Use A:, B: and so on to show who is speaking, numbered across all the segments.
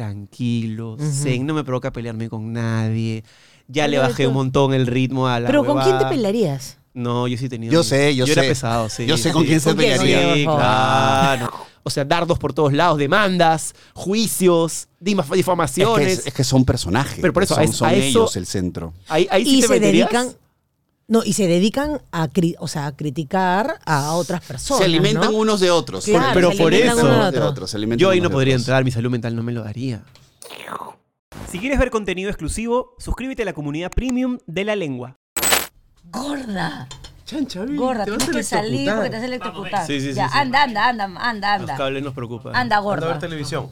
A: tranquilo, zen, no me provoca pelearme con nadie. Ya le bajé un montón el ritmo a la
B: Pero ¿con quién te
A: huevada.
B: pelearías?
A: No, yo sí he tenido.
C: Yo sé, yo
A: Yo
C: sé.
A: era pesado, sí.
C: Yo sé con
A: sí.
C: quién se
B: ¿Con quién?
C: pelearía.
A: Sí,
B: Oh.
A: claro. O sea, dardos por todos lados, demandas, juicios, difama-
C: Es que,
A: difamaciones.
C: es- es que son personajes.
A: Pero por eso,
C: son,
A: a es-
C: son
A: a eso-
C: ellos el centro.
A: Ahí, ahí sí
B: y
A: te
B: se
A: meterías.
B: dedican. No, y se dedican a, cri- o sea, a criticar a otras personas.
C: se alimentan
B: ¿no?
C: unos de otros.
B: Claro,
C: Se
A: pero
C: alimentan
A: por
C: unos
A: eso-
C: de otros, se alimentan
A: Yo ahí
C: unos
A: no
C: de
A: podría
C: otros.
A: entrar, mi salud mental no me lo daría.
D: Si quieres ver contenido exclusivo, suscríbete a la comunidad premium de la lengua.
B: Gorda. Gorda, tienes que salir porque te has electrocutado.
A: Sí, sí, sí,
B: ya,
A: sí.
B: anda, anda, anda, anda,
A: Los
B: anda.
A: cables nos preocupan.
B: Anda,
E: Anda a
B: gorda.
E: ver televisión.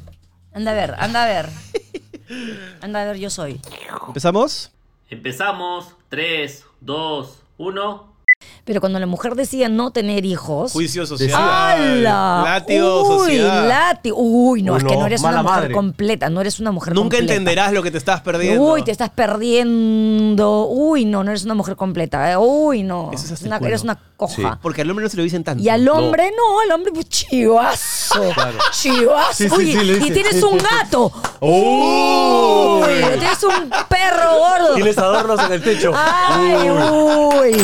B: Anda a ver, anda a ver. Anda a ver, yo soy.
A: ¿Empezamos?
F: Empezamos. 3, 2, 1.
B: Pero cuando la mujer decía no tener hijos.
A: Juicio social.
B: ¡Hala!
A: Látigo
B: Uy,
A: sociedad.
B: látigo. Uy, no,
E: Uy,
B: es que
E: no,
B: no eres una
E: mala
B: mujer
E: madre.
B: completa, no eres una mujer
A: Nunca
B: completa.
A: entenderás lo que te estás perdiendo.
B: Uy, te estás perdiendo. Uy, no, no eres una mujer completa. eh. Uy, no.
A: Eso es hasta el
B: Una-
A: culo.
B: eres una coja.
A: Porque al hombre no se lo dicen tanto.
B: Y al hombre, no, al hombre, pues chivazo. Chivazo.
E: Sí, sí,
B: Oye,
E: sí, le
B: y
E: dice.
B: tienes un gato.
E: Uy.
B: Uy, tienes un perro gordo.
E: Tienes adornos en el techo.
B: Ay, uy.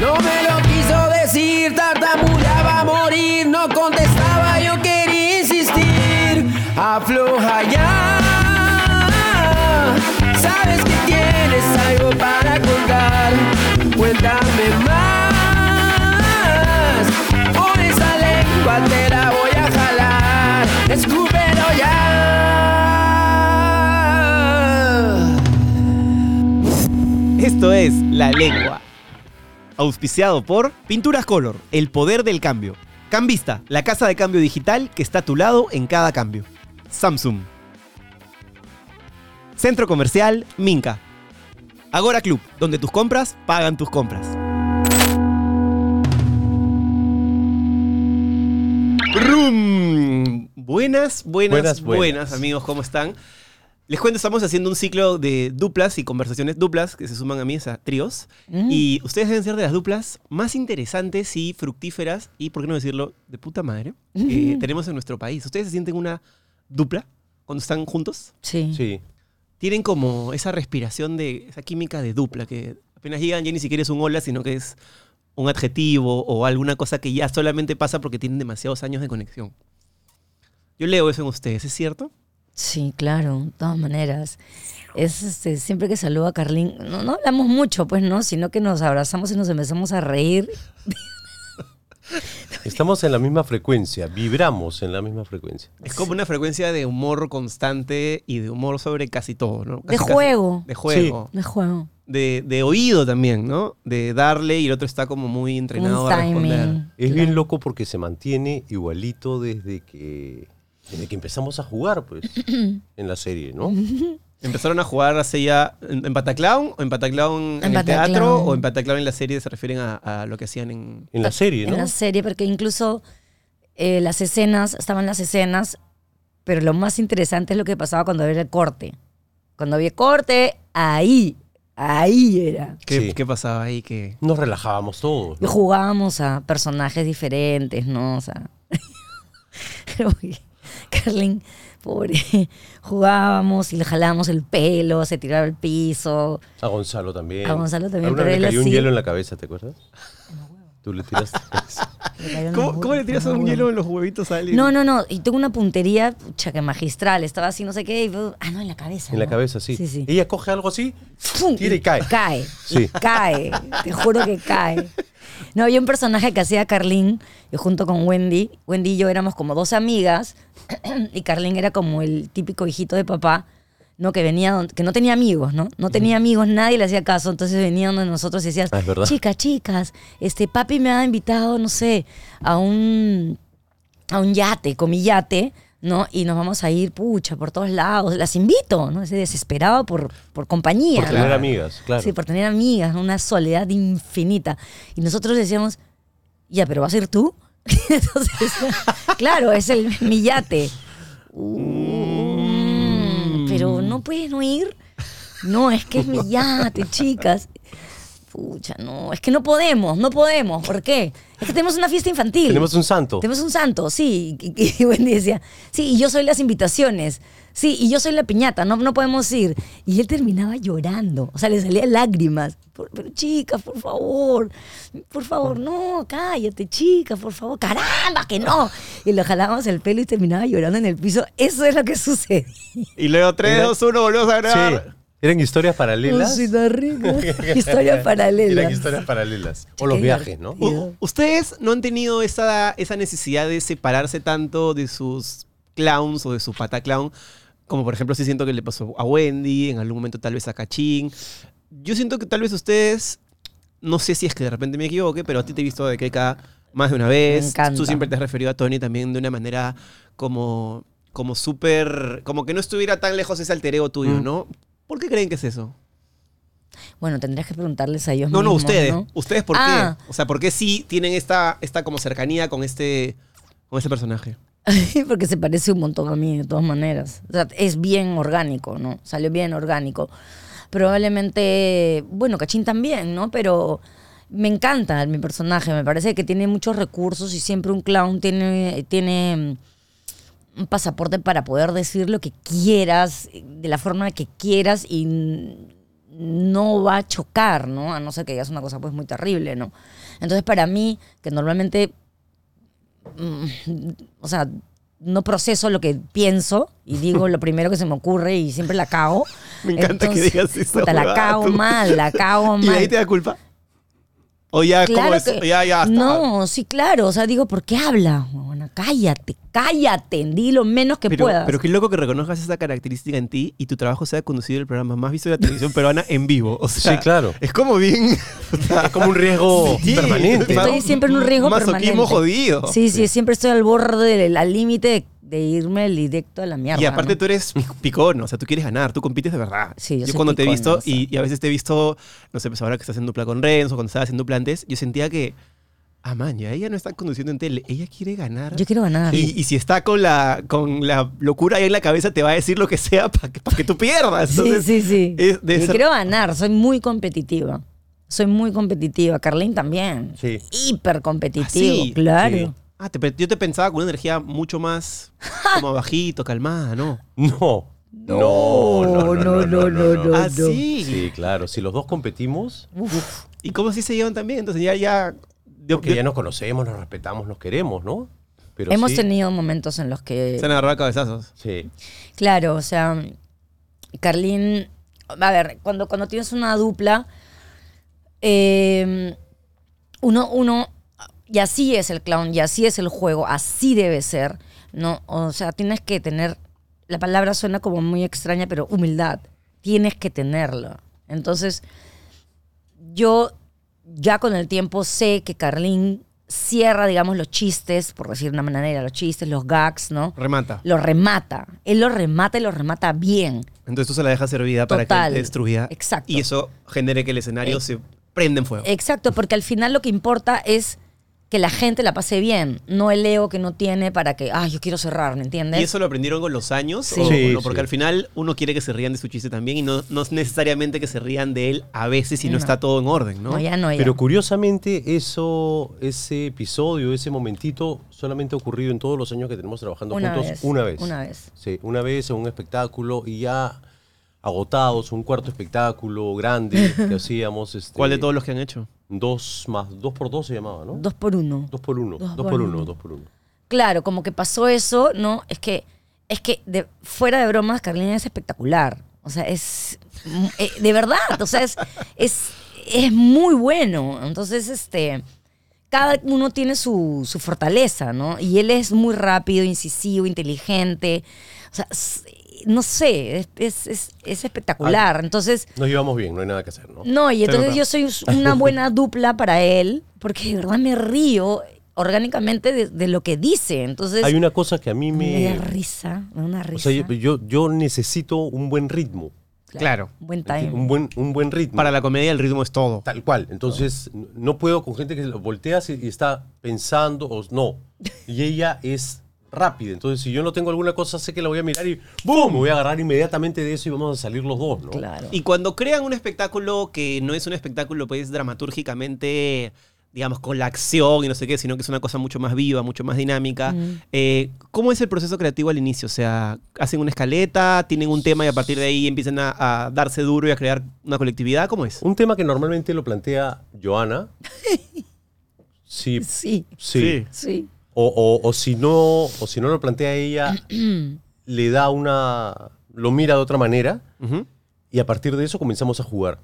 G: No me lo quiso decir, tartamudeaba a morir, no contestaba, yo quería insistir. Afloja ya, sabes que tienes algo para contar, cuéntame más. Por esa lengua te la voy a jalar, escúpelo ya.
A: Esto es La Lengua. Auspiciado por Pinturas Color, el poder del cambio. Cambista, la casa de cambio digital que está a tu lado en cada cambio. Samsung. Centro Comercial Minca. Agora Club, donde tus compras pagan tus compras. Rum. Buenas, buenas, buenas,
E: Buenas, buenas.
A: amigos, ¿cómo están? Les cuento, estamos haciendo un ciclo de duplas y conversaciones duplas que se suman a mí, a tríos. Y ustedes deben ser de las duplas más interesantes y fructíferas y, por qué no decirlo, de puta madre, que tenemos en nuestro país. ¿Ustedes se sienten una dupla cuando están juntos?
B: Sí.
E: Sí.
A: Tienen como esa respiración de, esa química de dupla, que apenas llegan ya ni siquiera es un hola, sino que es un adjetivo o alguna cosa que ya solamente pasa porque tienen demasiados años de conexión. Yo leo eso en ustedes, ¿es cierto?
B: Sí, claro, de todas maneras. Es este, siempre que saludo a Carlín, no, no hablamos mucho, pues no, sino que nos abrazamos y nos empezamos a reír.
E: Estamos en la misma frecuencia, vibramos en la misma frecuencia.
A: Es como una frecuencia de humor constante y de humor sobre casi todo, ¿no?
B: De
A: Casi, casi-
B: juego.
A: de juego.
B: Me juego.
A: De, de oído también, ¿no? De darle y el otro está como muy entrenado
B: Un
A: a responder.
B: timing.
E: Es bien loco porque se mantiene igualito desde que, desde que empezamos a jugar, pues, en la serie, ¿no?
A: ¿Empezaron a jugar hace ya en, en Pataclown? ¿O en Pataclown en,
B: En
A: el
B: Pataclown.
A: teatro? ¿O en Pataclown en la serie se refieren a, a lo que hacían en...?
E: En la serie,
B: En
E: ¿no?
B: la serie, porque incluso eh, las escenas, estaban las escenas, pero lo más interesante es lo que pasaba cuando había el corte. Cuando había corte, ahí, ahí era.
A: ¿Qué,
E: Sí.
A: qué pasaba ahí? ¿Qué?
E: Nos relajábamos todos. ¿no?
B: jugábamos a personajes diferentes, ¿no? O sea. creo que Carlin, pobre, jugábamos y le jalábamos el pelo, se tiraba al piso.
E: A Gonzalo también.
B: A Gonzalo también,
E: Alguna
B: pero
E: vez
B: él
E: le cayó un
B: así-
E: hielo en la cabeza, ¿te acuerdas? Tú le tiraste.
B: le caían los
A: ¿Cómo,
B: huevos,
A: cómo le tiras a un
B: los
A: hielo
B: huevos.
A: en los huevitos a alguien?
B: No, no, no. Y tengo una puntería, pucha, que magistral. Estaba así, no sé qué. y- ah, no, en la cabeza.
E: en la
B: ¿no?
E: cabeza, sí.
B: Sí, sí.
E: Ella coge algo así.
B: ¡Pum!
E: Tira y cae.
B: Cae.
E: Sí.
B: Cae. Te juro que cae. No, había un personaje que hacía Carlín, yo junto con Wendy. Wendy y yo éramos como dos amigas. Y Carlín era como el típico hijito de papá, ¿no? Que venía, don- que no tenía amigos, ¿no? No tenía amigos, nadie le hacía caso. Entonces venía donde nosotros y decías,
E: Ah, es verdad.
B: chicas, chicas, este papi me ha invitado, no sé, a un a un yate, con mi yate, ¿no? Y nos vamos a ir, pucha, por todos lados. Las invito, ¿no? Ese desesperado por, por compañía.
E: Por
B: ¿no?
E: tener amigas, claro.
B: Sí, por tener amigas, ¿no? una soledad infinita. Y nosotros decíamos, ya, pero ¿vas a ir tú? Entonces, claro, es el, mi yate.
E: Mm.
B: Mm, pero no puedes no ir. No, es que es mi yate, chicas. pucha, no, es que no podemos, no podemos. ¿Por qué? Es que tenemos una fiesta infantil.
E: Tenemos un santo.
B: Tenemos un santo, sí. Y, y Wendy decía, sí, y yo soy las invitaciones. Sí, y yo soy la piñata, no, no podemos ir. Y él terminaba llorando, o sea, le salían lágrimas. Por- pero chica, por favor, por favor, no, cállate, chica, por favor, caramba, que no. Y lo jalábamos el pelo y terminaba llorando en el piso. Eso es lo que sucede.
A: Y luego 3,
E: Era-
A: 2, 1, volvemos a grabar.
E: Sí. Eran historias paralelas.
B: Historia paralela.
E: Eran historias paralelas. O
B: Qué
E: los viajes, ¿no?
B: divertido.
A: U- ¿Ustedes no han tenido esa, esa necesidad de separarse tanto de sus clowns o de su pata clown? Como por ejemplo, si siento que le pasó a Wendy, en algún momento tal vez a Cachín. Yo siento que tal vez ustedes, no sé si es que de repente me equivoque, pero a ti te he visto de Keka más de una vez.
B: encanta.
A: Tú siempre te has referido a Tony también de una manera como, como súper, como que no estuviera tan lejos ese alter ego tuyo, ¿no? ¿Por qué creen que es eso?
B: Bueno, tendrías que preguntarles a ellos
A: No, no,
B: mismos,
A: ustedes.
B: ¿no?
A: ¿Ustedes por qué?
B: Ah.
A: O sea, ¿por qué sí tienen esta, esta como cercanía con este, con este personaje?
B: Porque se parece un montón a mí, de todas maneras. O sea, es bien orgánico, ¿no? Salió bien orgánico. Probablemente, bueno, Cachín también, ¿no? Pero me encanta mi personaje, me parece que tiene muchos recursos y siempre un clown tiene, tiene mm, un pasaporte para poder decir lo que quieras, eh, de la forma que quieras y n- no va a chocar, ¿no? A no ser que digas una cosa pues muy terrible, ¿no? Entonces para mí, que normalmente mm, o sea, no proceso lo que pienso y digo lo primero que se me ocurre y siempre la cago.
A: Me encanta que digas esa
B: puta, la
A: huevada,
B: cago
A: tú.
B: mal, la cago
A: ¿Y de
B: mal.
A: ahí te da culpa? O ya,
B: Claro
A: como es,
B: que-
A: ya, ya. hasta-
B: no, sí, claro. O sea, digo, ¿por qué habla? Bueno, cállate, cállate, di lo menos que
A: Pero,
B: puedas.
A: pero qué loco que reconozcas esa característica en ti y tu trabajo sea conducir el programa más visto de la televisión peruana en vivo. O sea,
E: Sí, claro.
A: Es como bien.
E: Es como un riesgo
A: Sí,
E: permanente.
A: ma-
E: ¿no?
B: Estoy siempre en un riesgo
A: Masoquismo
B: permanente.
A: jodido.
B: sí, sí, siempre estoy al borde, del- al límite de, de irme directo a la mierda.
A: Y aparte
B: ¿no?
A: tú eres picón, o sea, tú quieres ganar, tú compites de verdad.
B: Sí, yo soy
A: cuando te he visto,
B: piconosa.
A: y, y a veces te he visto, no sé, pues ahora que estás en dupla con Renzo, cuando estabas en dupla antes, yo sentía que, ah, man, ya ella no está conduciendo en tele, ella quiere ganar.
B: Yo quiero ganar.
A: Y, y si está con la, con la locura ahí en la cabeza, te va a decir lo que sea para que, pa' que tú pierdas.
B: Sí,
A: Entonces,
B: sí, sí.
A: es- debe
B: Yo
A: ser-
B: quiero ganar, soy muy competitiva. Soy muy competitiva. Carlín también.
E: Sí.
B: Hiper competitivo,
A: Ah, sí.
B: claro.
A: Sí. Ah, te pe- yo te pensaba con una energía mucho más como bajito, calmada, ¿no?
E: No.
B: No, no, no, no, no.
A: Ah, sí.
E: Sí, Uh, claro. Si los dos competimos,
A: ¿Y cómo si se llevan también? Entonces ya, ya... yo-
E: porque
A: yo-
E: ya nos conocemos, nos respetamos, nos queremos, ¿no? Pero
B: Hemos
E: sí,
B: tenido momentos en los que.
A: Se han agarrado a cabezazos.
E: Sí.
B: Claro, o sea, Carlín. A ver, cuando, cuando tienes una dupla, eh, uno, uno. Y así es el clown, y así es el juego, así debe ser, ¿no? O sea, tienes que tener. La palabra suena como muy extraña, pero humildad. Tienes que tenerla. Entonces, yo ya con el tiempo sé que Carlín cierra, digamos, los chistes, por decir de una manera, los chistes, los gags, ¿no?
A: Remata.
B: lo remata. Él lo remata y lo remata bien.
A: Entonces tú se la dejas servida para
B: Total.
A: que te destruya.
B: Exacto.
A: Y eso genere que el escenario
B: Eh.
A: se prenda en fuego.
B: Exacto, porque al final lo que importa es que la gente la pase bien, no el ego que no tiene para que, ay, yo quiero cerrar, ¿me entiendes?
A: ¿Y eso lo aprendieron con los años?
B: Sí.
A: o- o
E: Sí,
A: no? Porque
E: sí.
A: al final uno quiere que se rían de su chiste también y no, no es necesariamente que se rían de él a veces si no,
B: No.
A: está todo en orden, ¿no?
B: no, ya no, Ah, ya.
E: Pero curiosamente, eso, ese episodio, ese momentito, solamente ha ocurrido en todos los años que tenemos trabajando
B: Una
E: juntos
B: vez.
E: una vez.
B: Una vez.
E: Sí, una vez en un espectáculo y ya agotados, un cuarto espectáculo grande que hacíamos. Este,
A: ¿Cuál de todos los que han hecho?
E: Dos más, dos por dos se llamaba, ¿no?
B: Dos por uno.
E: Dos por uno,
B: Dos
E: dos,
B: por
E: por, uno,
B: uno.
E: dos por uno.
B: Claro, como que pasó eso, ¿no? Es que, es que de, fuera de bromas, Carlina es espectacular. O sea, es. mm, eh, de verdad, o sea, es, es, es muy bueno. Entonces, este. Cada uno tiene su, su fortaleza, ¿no? Y él es muy rápido, incisivo, inteligente. O sea, s- no sé, es, es, es- es espectacular. Entonces.
E: Nos llevamos bien, no hay nada que hacer, ¿no?
B: No, y
A: Se
B: entonces
A: nota.
B: yo soy us- una buena dupla para él, porque de verdad me río orgánicamente de, de lo que dice. Entonces.
E: Hay una cosa que a mí
B: Me da
E: me...
B: risa, me da una
E: O
B: risa.
E: sea, yo- yo, yo necesito un buen ritmo.
A: Claro.
B: Buen time.
E: Un buen, un buen ritmo.
A: Para la comedia el ritmo es todo.
E: Tal cual. Entonces, n- no puedo con gente que lo volteas y, y está pensando, o no. Y ella es rápida. Entonces, si yo no tengo alguna cosa, sé que la voy a mirar y ¡boom! Me voy a agarrar inmediatamente de eso y vamos a salir los dos, ¿no?
B: Claro.
A: Y cuando crean un espectáculo que no es un espectáculo, pues, dramatúrgicamente, digamos, con la acción y no sé qué, sino que es una cosa mucho más viva, mucho más dinámica, eh, ¿cómo es el proceso creativo al inicio? O sea, ¿hacen una escaleta, tienen un tema y a partir de ahí empiezan a, a darse duro y a crear una colectividad? ¿Cómo es?
E: Un tema que normalmente lo plantea Joana. Sí, sí.
B: Sí, sí.
E: O, o- o si no, o si no lo plantea ella, le da una. lo mira de otra manera.
A: Ujú.
E: Y a partir de eso comenzamos a jugar.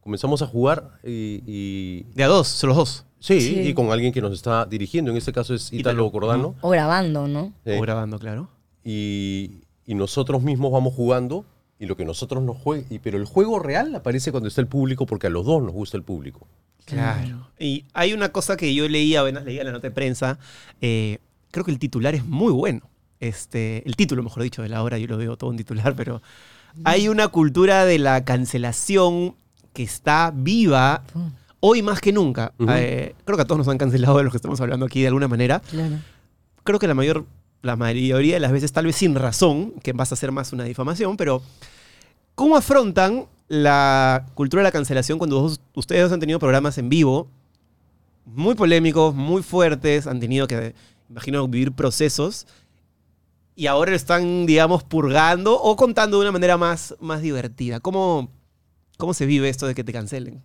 E: Comenzamos a jugar y. y-
A: De a dos, son los dos.
E: sí,
B: Sí.
E: y con alguien que nos está dirigiendo. En este caso es
A: Ítalo.
E: Ítalo Cordano.
B: O grabando, ¿no?
E: Sí.
A: O grabando, claro.
E: Y, y nosotros mismos vamos jugando. Y lo que nosotros nos jue- y Pero el juego real aparece cuando está el público, porque a los dos nos gusta el público.
A: Claro. Y hay una cosa que yo leía, apenas leía la nota de prensa, eh, creo que el titular es muy bueno. Este, el título, mejor dicho, de la obra, yo lo veo todo en titular, pero hay una cultura de la cancelación que está viva hoy más que nunca.
E: Ujú.
A: Eh, creo que a todos nos han cancelado de los que estamos hablando aquí de alguna manera.
B: Claro.
A: Creo que la mayor, la mayoría de las veces, tal vez sin razón, que vas a ser más una difamación, pero ¿Cómo afrontan la cultura de la cancelación cuando vos- ustedes dos han tenido programas en vivo muy polémicos, muy fuertes, han tenido que, imagino, vivir procesos y ahora lo están, digamos, purgando o contando de una manera más, más divertida? ¿Cómo, ¿Cómo se vive esto de que te cancelen?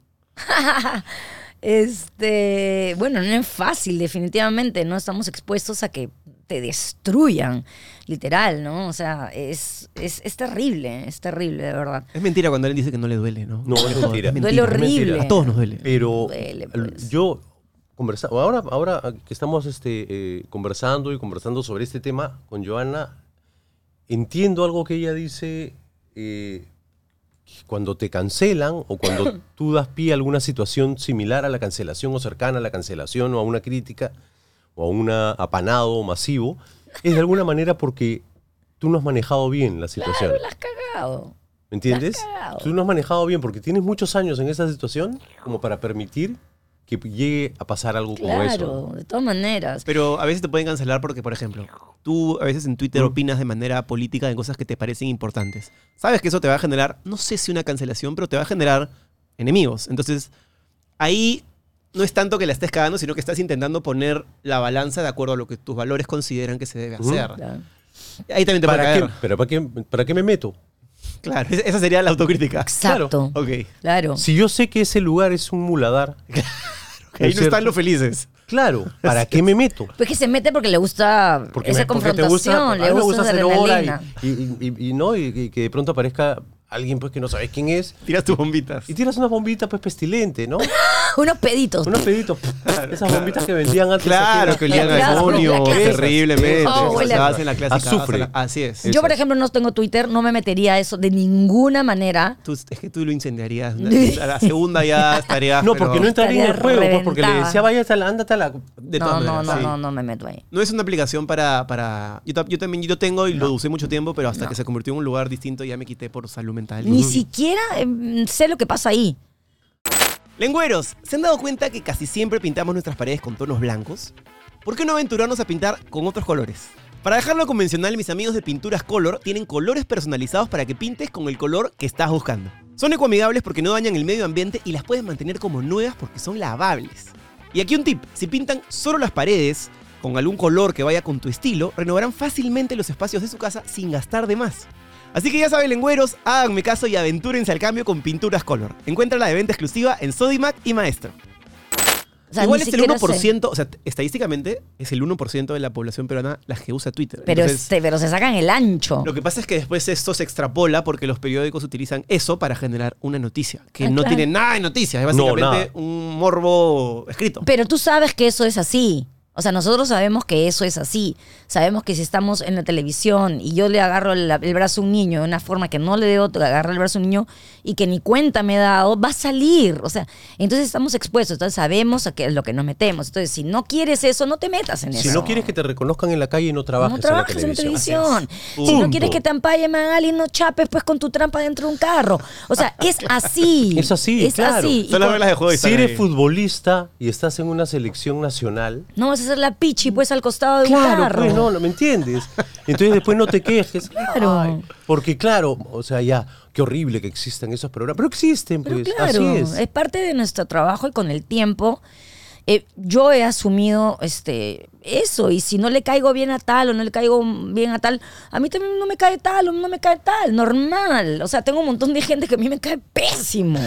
B: Este, bueno, no es fácil, definitivamente, ¿no? Estamos expuestos a que te destruyan, literal, ¿no? O sea, es, es, es terrible, es terrible, de verdad.
A: Es mentira cuando alguien dice que no le duele, ¿no?
E: No, es mentira.
B: Duele
A: es mentira.
B: horrible.
A: A todos nos duele.
E: Pero
B: Duele,
E: al-
B: pues.
E: yo conversaba, ahora, ahora que estamos este, eh, conversando y conversando sobre este tema con Joana, entiendo algo que ella dice, eh, que cuando te cancelan o cuando tú das pie a alguna situación similar a la cancelación o cercana a la cancelación o a una crítica o a un apanado masivo, es de alguna manera porque tú no has manejado bien la situación.
B: Has cagado.
E: ¿Me entiendes?
B: Estás cagado.
E: Tú no has manejado bien porque tienes muchos años en esa situación como para permitir que llegue a pasar algo como eso.
B: Claro, de todas maneras.
A: Pero a veces te pueden cancelar porque, por ejemplo, tú a veces en Twitter
B: Mm.
A: opinas de manera política de cosas que te parecen importantes. Sabes que eso te va a generar, no sé si una cancelación, pero te va a generar enemigos. Entonces, ahí no es tanto que la estés cagando, sino que estás intentando poner la balanza de acuerdo a lo que tus valores consideran que se debe
E: Ujú.
A: hacer.
B: Claro.
A: Ahí también te puede
E: ¿Para qué,
A: caer.
E: pero ¿para qué, ¿Para qué me meto?
A: Claro, es- esa sería la autocrítica.
B: Exacto.
A: Ok.
B: Claro.
E: Si yo sé que ese lugar es un muladar,
A: Ahí
E: Es
A: no están
E: cierto.
A: los felices.
E: claro, ¿para qué me meto?
B: Pues que se mete porque le gusta
E: Porque,
B: esa
E: me- porque
B: confrontación,
E: a mí
B: le
E: me
B: gusta, esa
E: hacer
B: adrenalina.
E: hora y, y- y- y no, y, y que de pronto aparezca alguien pues que no sabes quién es
A: Tiras tus bombitas.
E: y tiras una bombita pues pestilente, ¿no?
B: Unos peditos.
E: Unos peditos, esas bombitas que vendían antes.
A: Claro, que olían a
B: Claro.
A: demonio
B: Esas,
A: terriblemente.
B: esas. Oh, huele a-
A: Esas en la ah, clásica.
E: Azufre.
A: o sea, Así es.
B: Yo, por ejemplo, no tengo Twitter, no me metería a eso de ninguna manera.
A: Tú- es que tú lo incendiarías. A la segunda ya estaría.
E: No, porque no entraría en el
B: Estaría
E: juego, pues, porque le
B: reventada.
E: decía, vaya, hasta la- ándate a la...
A: de
B: no,
A: todas
B: no,
A: maneras,
B: no,
A: sí.
B: no, no me meto ahí.
A: No es una aplicación para. para yo, ta- yo también yo tengo y lo usé mucho tiempo, pero hasta que se convirtió en un lugar distinto ya me quité por salud mental.
B: Ni siquiera eh, sé lo que pasa ahí.
A: Lengüeros, ¿se han dado cuenta que casi siempre pintamos nuestras paredes con tonos blancos? ¿Por qué no aventurarnos a pintar con otros colores? Para dejarlo convencional, mis amigos de Pinturas Color tienen colores personalizados para que pintes con el color que estás buscando. Son ecoamigables porque no dañan el medio ambiente y las puedes mantener como nuevas porque son lavables. Y aquí un tip, si pintan solo las paredes con algún color que vaya con tu estilo, renovarán fácilmente los espacios de su casa sin gastar de más. Así que ya saben, lengüeros, háganme caso y aventúrense al cambio con Pinturas Color. Encuentra la de venta exclusiva en Sodimac y Maestro.
B: O sea,
A: Igual
B: ni
A: es el
B: siquiera sé.
A: 1%, o sea, t- estadísticamente es el 1% de la población peruana la que usa Twitter.
B: Pero,
A: Entonces,
B: este, pero se sacan el ancho.
A: Lo que pasa es que después esto se extrapola porque los periódicos utilizan eso para generar una noticia, que
B: Ah,
A: no
B: claro.
A: tiene nada de noticias, es
E: No,
A: básicamente
E: nada.
A: un morbo escrito.
B: Pero tú sabes que eso es así. O sea, nosotros sabemos que eso es así. Sabemos que si estamos en la televisión y yo le agarro la- el brazo a un niño de una forma que no le debo agarrar el brazo a un niño y que ni cuenta me he dado, va a salir. O sea, entonces estamos expuestos. Entonces sabemos a qué es lo que nos metemos. Entonces, si no quieres eso, no te metas en eso.
E: Si no quieres que te reconozcan en la calle, no trabajes,
B: no trabajes
E: en la televisión.
B: televisión. Si
E: Punto.
B: no quieres que te empalle Magali, no chapes pues con tu trampa dentro de un carro. O sea, es así.
E: Ah, Es así,
B: Es
E: claro.
B: así. Y
A: Son las
B: con-
A: reglas de juego. y
E: Si
A: están
E: eres
A: ahí.
E: futbolista y estás en una selección nacional,
B: No vas a hacer la pichi pues al costado de un
E: Mm. Claro,
B: carro.
E: pues no, no, ¿me entiendes? Entonces después no te quejes.
B: Claro.
E: porque claro, o sea, ya, qué horrible que existan esos programas. Pero existen,
B: Pero
E: pues.
B: claro,
E: así
B: es.
E: es.
B: parte de nuestro trabajo y con el tiempo. eh, yo he asumido este eso y si no le caigo bien a tal o no le caigo bien a tal, a mí también no me cae tal o no me cae tal, normal. O sea, tengo un montón de gente que a mí me cae pésimo,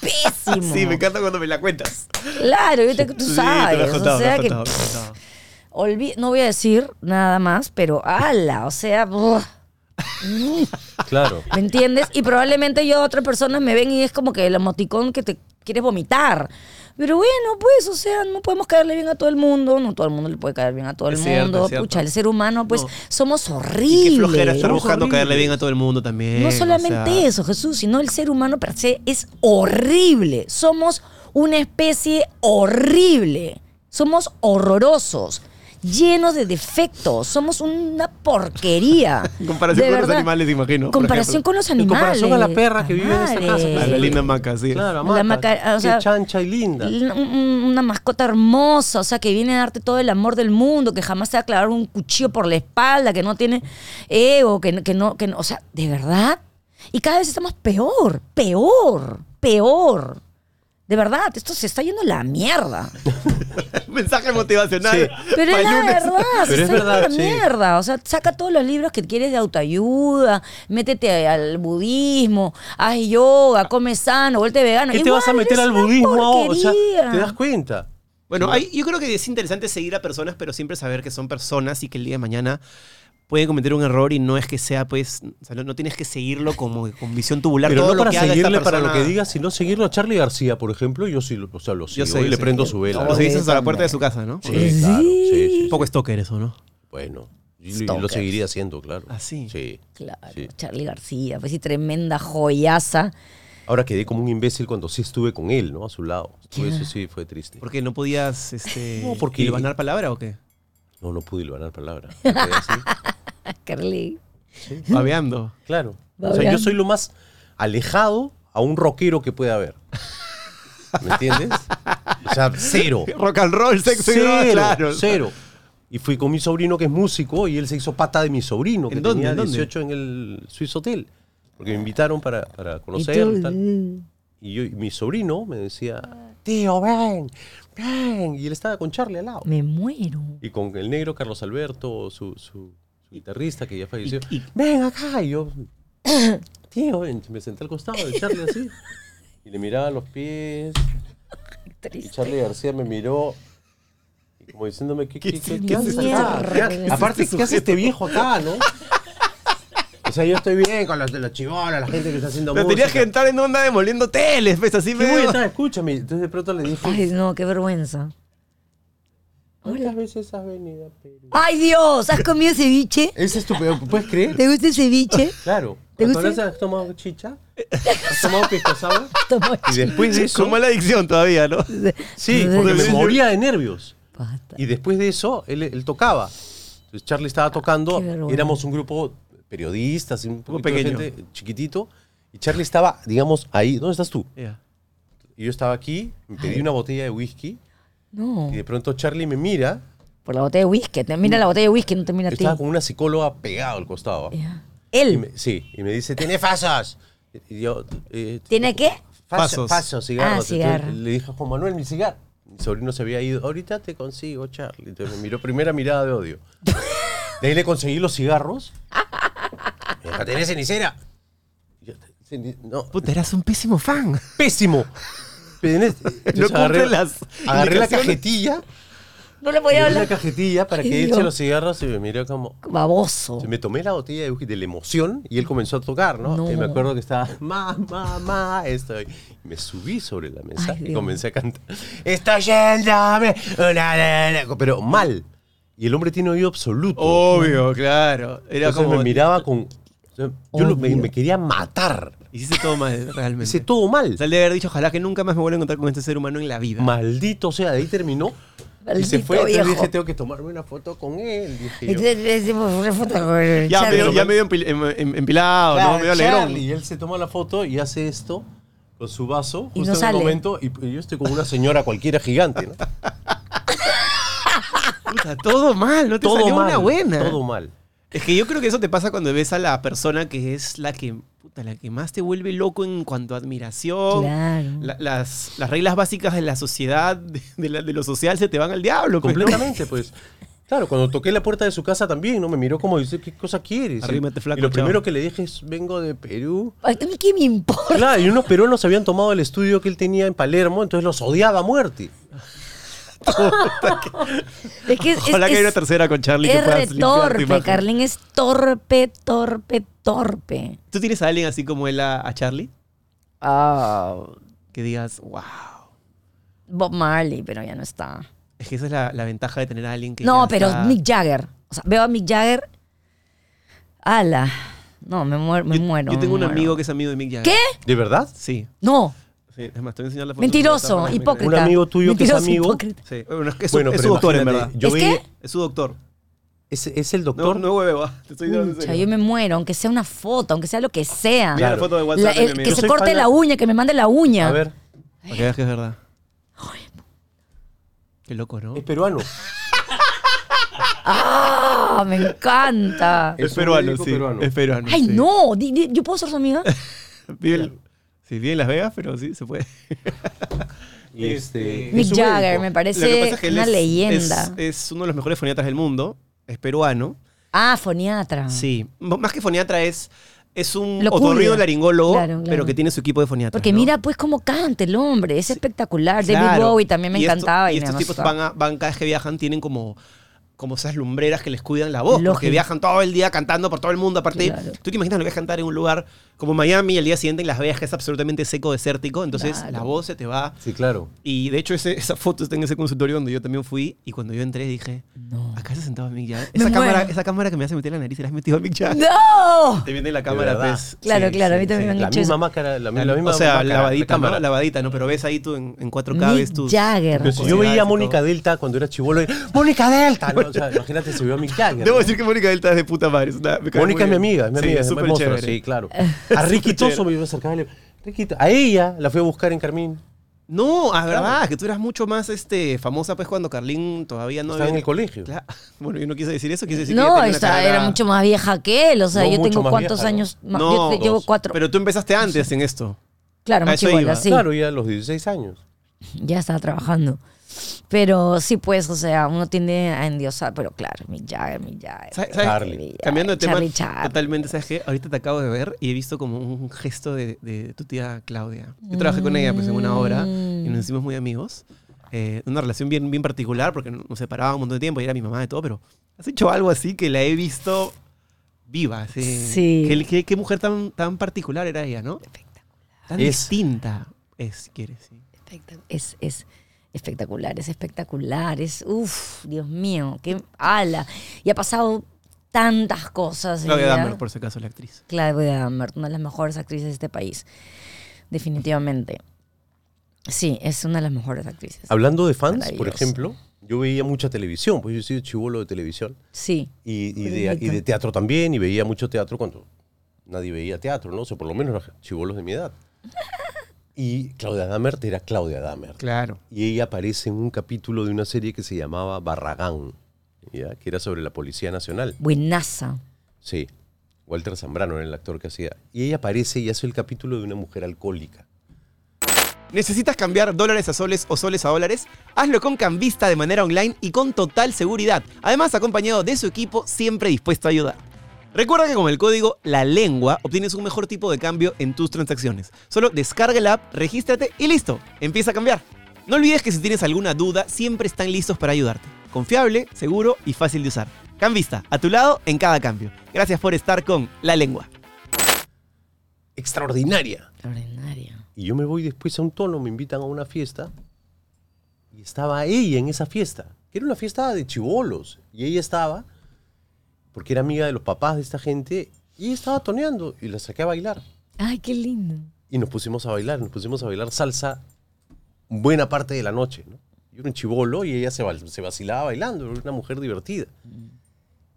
B: pésimo.
A: Sí, me encanta cuando me la cuentas.
B: Claro, yo te- tú
A: Sí, te lo has
B: sabes,
A: contado, me lo
B: o sea
A: has
B: que
A: contado, me lo has
B: pff,
A: contado.
B: olvi- no voy a decir nada más, pero ala, o sea, buah.
E: Claro.
B: ¿Me entiendes? Y probablemente yo otras personas me ven y es como que el emoticón que te quieres vomitar. Pero bueno, pues, o sea, no podemos caerle bien a todo el mundo, no todo el mundo le puede caer bien a todo el
A: Es cierto,
B: mundo.
A: es cierto.
B: Pucha, el ser humano, pues,
A: No.
B: somos
A: Y
B: horribles.
A: qué flojera estar
B: ¿no?
A: buscando
E: horrible.
A: caerle bien a todo el mundo también.
B: No
A: o
B: solamente
A: sea.
B: eso, Jesús, sino el ser humano per se es horrible. Somos una especie horrible. Somos horrorosos, llenos de defectos. Somos una porquería.
A: En comparación
B: De
A: con los
B: verdad.
A: animales, imagino, por
B: Comparación
A: ejemplo.
B: con los
E: En
B: animales.
E: comparación a la perra que vive en esta
B: madre.
E: casa, pues.
A: A la linda maca, sí.
E: Claro,
B: La
E: amata.
B: maca- o
E: Qué
B: sea,
E: chancha y linda.
B: L- un- un- Una mascota hermosa, o sea, que viene a darte todo el amor del mundo, que jamás te va a clavar un cuchillo por la espalda, que no tiene ego, que, no- que no, que no, o sea, de verdad. Y cada vez estamos peor, peor, peor. De verdad, esto se está yendo a la mierda.
A: Mensaje motivacional.
B: Pero
A: pa'
B: es la
A: lunes.
B: verdad,
E: Pero
B: se
E: es
B: está yendo a la
E: verdad, sí.
B: mierda. O sea, saca todos los libros que quieres de autoayuda, métete al budismo, haz yoga, come sano, vuelve vegano.
E: ¿Qué te vas a
B: Igual
E: meter
B: es
E: al
B: una
E: budismo ahora? O sea,
B: porquería.
E: ¿te das cuenta?
A: Bueno, hay- yo creo que es interesante seguir a personas, pero siempre saber que son personas y que el día de mañana pueden cometer un error y no es que sea, pues, o sea, no, no tienes que seguirlo como que con visión tubular.
E: Pero
A: todo
E: no
A: lo
E: para
A: que haga esta
E: seguirle para lo
A: persona-
E: que diga, sino seguirlo a Charlie García, por ejemplo. Yo sí, lo- o sea, lo sigo
A: sé,
E: y
A: yo
E: le
A: sé.
E: prendo su vela.
A: Como
E: ¿no?
A: se dice hasta la puerta de su casa, ¿no?
E: Sí, claro, sí, sí, sí.
A: Un poco stalker eso, ¿no?
E: Bueno, y, y lo seguiría haciendo, claro.
A: Ah, sí.
E: Sí.
B: Claro,
E: Sí.
B: Charlie García, pues sí, tremenda joyaza.
E: Ahora quedé como un imbécil cuando sí estuve con él, ¿no? A su lado. Estuve- Eso sí fue triste.
A: Porque no podías, este...
E: No, porque-
A: ganar palabra o qué?
E: No, no pude ganar palabra. Me quedé así.
B: Ah, Carly.
E: ¿Eh?
A: Babeando.
E: Claro.
B: Va
E: O sea, yo
B: bien.
E: soy lo más alejado a un rockero que pueda haber. ¿Me entiendes? O sea, cero.
A: Rock and roll, sexo y drogas,
E: cero,
A: claro.
E: cero. Y fui con mi sobrino que es músico y él se hizo pata de mi sobrino que
A: ¿En dónde?
E: tenía
A: ¿En dónde?
E: 18 en el Swiss Hotel. Porque me invitaron para, para
B: Y tú,
E: conocerlo y tal.
B: mm,
E: Y, yo, y mi sobrino me decía, tío, ven, ven. Y él estaba con Charlie al lado.
B: me muero.
E: Y con el negro Carlos Alberto, su, su- su guitarrista que ya falleció.
A: y-
E: Ven acá. Y yo, tío, ven. me senté al costado de Charlie así. Y le miraba los pies. Y
B: Triste.
E: Charlie García me miró y como diciéndome, ¿qué, qué, qué, qué haces
B: mierda?
E: acá?
B: ¿Qué es
E: Aparte, ¿qué hace este viejo acá, no? O sea, yo estoy bien con los de los chibolos, la gente que está haciendo
A: Pero
E: música.
A: tenías que entrar en onda demoliendo teles, pues, así
E: ¿Qué voy a
A: medio-
E: estar? Escúchame. Entonces de pronto le dije,
B: Ay, no, qué vergüenza.
E: ¿cuántas veces has venido a Perú?
B: ¡Ay, Dios! ¿Has comido ceviche?
E: Ese es tu peor, ¿puedes creer?
B: ¿Te gusta el ceviche?
E: Claro.
B: ¿Te
E: ¿Cuántas
B: gusta?
E: veces has tomado chicha? ¿Has tomado pisco sour?
B: Toma,
E: Y después de eso...
A: Con mala adicción todavía, ¿no?
E: Sí, porque me moría de nervios.
B: Basta.
E: Y después de eso, él, él tocaba. Entonces Charlie estaba tocando,
B: Ah, Qué vergüenza.
E: éramos un grupo periodistas, un poco
A: pequeño.
E: pequeño, chiquitito, y Charlie estaba, digamos, ahí. ¿Dónde estás tú?
A: Ya.
E: Y yo estaba aquí, me pedí una botella de whisky,
B: No,
E: y de pronto Charlie me mira,
B: por la botella de whisky. Te mira la botella de whisky, no te mira
E: yo
B: a ti.
E: estaba con una psicóloga pegado al costado.
B: Ya.
E: Y
B: Él
E: me- sí, y me dice, tiene fasos. Y yo, eh,
B: tiene qué?
A: Fasos.
E: Fasos. Fasos, cigarros.
B: Ah, cigarro.
E: Entonces, le dije a Juan Manuel, mi cigarro. Mi sobrino se había ido. Ahorita te consigo, Charlie. Entonces me miró primera mirada de odio. De ahí le conseguí los cigarros. Me dijo, ¿tenés cenicera? Y yo, "Ceni- No,
A: Puta, eras un pésimo fan.
E: pésimo. ¿Tenés-?" eh, Entonces
A: cumple las
E: agarré la
A: indicaciones.
E: cajetilla.
B: No le podía
E: Agarré la
B: hablar.
E: cajetilla para
B: Ay,
E: que
B: Dios.
E: eche los cigarros y me miró como...
B: Baboso.
E: Entonces, me tomé la botella de whisky de la emoción y él comenzó a tocar, ¿no?
B: No.
E: Y me acuerdo que estaba, ma, ma, ma, esto. Y me subí sobre la mesa
B: Ay,
E: y
B: Dios.
E: comencé a cantar. Está yéndome una de la-", Pero mal. Y el hombre tiene oído absoluto.
A: Obvio, claro. Oh, Era
E: Entonces
A: como...
E: me miraba con... o sea, Yo lo- me,
B: Obvio.
E: me quería matar.
A: Hiciste todo mal, realmente.
E: Hice todo mal.
A: O sea, el de haber dicho, ojalá que nunca más me vuelva a encontrar con este ser humano en la vida.
E: Maldito sea, de ahí terminó. y se
B: Maldito
E: fue. Entonces
B: viejo.
E: dije, tengo que tomarme una foto con él. Dije yo.
A: ya,
B: Ya,
A: medio, ya medio empil- em- em- empilado,
E: Claro,
A: ¿no? Medio
E: Ah, Charlie,
A: alegrón.
E: Y él se toma la foto y hace esto con su vaso
B: Y
E: justo
B: no
E: en
B: sale.
E: el momento y, y yo estoy como una señora cualquiera gigante, ¿no?
A: Puta, todo mal, no te
E: Todo
A: salió
E: mal.
A: una buena.
E: Todo mal.
A: Es que yo creo que eso te pasa cuando ves a la persona que es la que, puta, la que más te vuelve loco en cuanto a admiración.
B: Claro.
A: La- las, las reglas básicas de la sociedad, de, de la- de lo social, se te van al diablo. pues, ¿no?
E: Completamente, pues. Claro, cuando toqué la puerta de su casa también, ¿no? Me miró como dice, ¿qué cosa quieres?
A: Arrímate, flaco,
E: y lo
A: chao.
E: primero que le dije es, vengo de Perú.
B: ¿A mí qué me importa?
E: Claro, y unos peruanos habían tomado el estudio que él tenía en Palermo, entonces los odiaba a muerte.
B: Es que es,
A: Ojalá que
B: es-
A: haya una tercera con Charlie que
B: es
A: puedas
B: re
A: limpiar tu
B: torpe,
A: imagen.
B: Carlín es torpe, torpe, torpe.
A: ¿Tú tienes a alguien así como él a, a Charlie?
B: Ah,
A: Que digas, wow.
B: Bob Marley, pero ya no está.
A: Es que esa es la, la ventaja de tener a alguien que.
B: No,
A: ya
B: pero
A: está-
B: Mick Jagger. O sea, veo a Mick Jagger. Ala. No, me, muero, me
A: Yo-
B: muero.
A: Yo tengo
B: me
A: un
B: muero.
A: amigo que es amigo de Mick Jagger.
B: ¿Qué?
E: ¿De verdad?
A: Sí.
B: No.
A: sí. Es más, te voy a enseñar la foto.
B: Mentiroso,
A: Está-
B: hipócrita.
E: Un amigo tuyo que es
B: Mentiroso,
E: amigo.
B: hipócrita.
A: Sí. Bueno, es que es,
E: Bueno,
A: su, es
E: pero
A: su doctor, en
E: imagínate,
A: verdad.
E: Yo
B: ¿Es
E: vi-
B: qué?
A: Es su doctor.
E: ¿Es, es el
A: No,
E: doctor.
A: no huevo, ah, te estoy dando en
B: Pucha,
A: serio.
B: yo me muero, aunque sea una foto, aunque sea lo que sea.
A: Mira
E: Claro.
A: la foto de
B: La-
A: WhatsApp de mi
B: el-
A: amigo.
B: que se
E: soy
B: corte
E: fan de-
B: la uña, que me mande la uña.
E: A ver,
A: Para que veas que es verdad. Qué loco, ¿no?
E: es peruano.
B: Ah, me encanta.
E: Es un médico peruano.
A: Es peruano.
B: Ay,
A: sí.
B: no. di- di- ¿Yo puedo ser su amiga?
A: Vive en- sí, vive en Las Vegas, pero sí, se puede.
E: Y este,
B: Mick
E: es un
B: Jagger,
E: médico.
B: me
A: Lo que
B: parece
A: pasa es que él
B: una
A: es-
B: leyenda.
A: Es, es uno de los mejores foniatras del mundo. Es peruano.
B: ah, foniatra.
A: Sí. M- Más que foniatra es. Es un
B: Lo cuida.
A: otorrino laringólogo,
B: Claro, claro.
A: pero que tiene su equipo de foniatras.
B: Porque
A: ¿no?
B: mira, pues, cómo canta el hombre. Es espectacular. David
A: Claro.
B: Bowie también me
A: Y esto-
B: encantaba.
A: Y,
B: Y,
A: estos
B: me
A: tipos
B: amaba.
A: van, a- van cada vez que viajan, tienen como, como esas lumbreras que les cuidan la voz.
B: Lógico.
A: Porque viajan todo el día cantando por todo el mundo. Aparte,
B: Claro.
A: tú te imaginas lo que es cantar en un lugar como Miami y al día siguiente en Las Vegas, que es absolutamente seco, desértico. Entonces
B: Claro.
A: la voz se te va.
E: Sí, claro.
A: Y de hecho, ese- esa foto está en ese consultorio donde yo también fui. Y cuando yo entré, dije:
B: No.
A: Acá se sentaba Mick Jagger.
B: Me
A: Esa cámara,
B: muero.
A: esa cámara que me hace meter la nariz, se la has metido a Mick Jagger.
B: ¡No!
A: Te viene la
E: De
A: cámara,
E: verdad.
A: pues.
B: Claro,
A: Sí,
B: claro, a
A: sí,
B: mí también
A: sí.
B: me han
E: La
B: dicho
E: misma
B: eso.
E: máscara, la, mi- la misma
A: o sea,
E: máscara,
A: lavadita,
E: cámara.
A: ¿no? Lavadita, ¿no? Pero ves ahí tú en, en 4K,
B: Mick
A: ves tus...
B: Jagger.
E: Pero si yo veía a Mónica
A: Delta.
E: Delta cuando era chivolo, Mónica Delta. ¿no? O sea, imagínate si veo a Mick Jagger.
A: Debo
E: ¿no?
A: decir que Mónica Delta es de puta madre. es una- me cae
E: Mónica es mi
A: muy bien.
E: amiga, es mi
A: Sí,
E: amiga, es
A: súper
E: hermosa,
A: chévere.
E: sí, claro. A Ricky Toso me iba a acercar y le- Ricky, a ella la fui a buscar en Carmín.
A: No, a verdad, que tú eras mucho más este, famosa pues cuando Carlín todavía no
E: Estaba en
A: había-
E: el colegio.
A: Claro. Bueno, yo no quise decir eso, quise decir que
B: No,
A: ella tenía una
B: esta
A: carrera-
B: era mucho más vieja que él. O sea,
E: No,
B: yo
E: mucho
B: tengo
E: más
B: cuántos
E: vieja, ¿no?
B: años más.
A: No,
B: yo te- llevo
A: dos.
B: cuatro.
A: Pero tú empezaste antes en esto.
B: claro,
A: a
B: más
A: eso iba.
B: chivola, sí.
E: Claro, ya a los 16 años.
B: Ya estaba trabajando. Pero sí, pues, o sea, uno tiende a endiosar. Pero claro, Mick Jagger, Mick Jagger.
A: ¿Sabes-
B: Mick
A: sabes?
E: Charlie.
B: Jagger,
A: Cambiando de tema
B: Charlie, Charlie.
A: totalmente, ¿sabes qué? Ahorita te acabo de ver y he visto como un gesto de, de tu tía Claudia. Yo trabajé con ella pues en una obra y nos hicimos muy amigos. Eh, una relación bien, bien particular porque nos separábamos un montón de tiempo y era mi mamá de todo, pero has hecho algo así que la he visto viva. así.
B: Sí.
A: Qué, qué- qué mujer tan, tan particular era ella, ¿no? Tan
E: Es.
A: distinta es, si quieres. sí.
B: Espectac- Es, es espectacular, es espectacular, es, uff, Dios mío, qué ala. Y ha pasado tantas cosas. en
A: Claudia
B: ella.
A: Dammer, por si acaso, la actriz.
B: Claudia Dammer, una de las mejores actrices de este país, definitivamente. Sí, es una de las mejores actrices.
E: Hablando de fans, por
B: Maravilloso.
E: ejemplo, yo veía mucha televisión, pues yo he sido chivolo de televisión
B: Sí,
E: y, y de,
B: Correcto.
E: y de teatro también, y veía mucho teatro cuando nadie veía teatro, ¿no? O sea, por lo menos los chivolos de mi edad. Y Claudia Damert era Claudia Damert.
A: Claro.
E: y ella aparece en un capítulo de una serie que se llamaba Barragán, ¿ya? que era sobre la Policía Nacional.
B: buenaza.
E: Sí, Walter Zambrano era el actor que hacía. Y ella aparece y hace el capítulo de una mujer alcohólica.
A: ¿Necesitas cambiar dólares a soles o soles a dólares? Hazlo con Cambista de manera online y con total seguridad. Además, acompañado de su equipo siempre dispuesto a ayudar. Recuerda que con el código La Lengua obtienes un mejor tipo de cambio en tus transacciones. Solo descarga la app, regístrate y listo, empieza a cambiar. No olvides que si tienes alguna duda, siempre están listos para ayudarte. Confiable, seguro y fácil de usar. Cambista, a tu lado en cada cambio. Gracias por estar con La Lengua.
E: Extraordinaria.
B: Extraordinario.
E: Y yo me voy después a un tono, me invitan a una fiesta. Y estaba ella en esa fiesta, que era una fiesta de chivolos. Y ella estaba, porque era amiga de los papás de esta gente, y ella estaba toneando y la saqué a bailar.
B: Ay, qué lindo.
E: Y nos pusimos a bailar, nos pusimos a bailar salsa buena parte de la noche. ¿no? Yo era un chivolo y ella se, val- se vacilaba bailando, era una mujer divertida.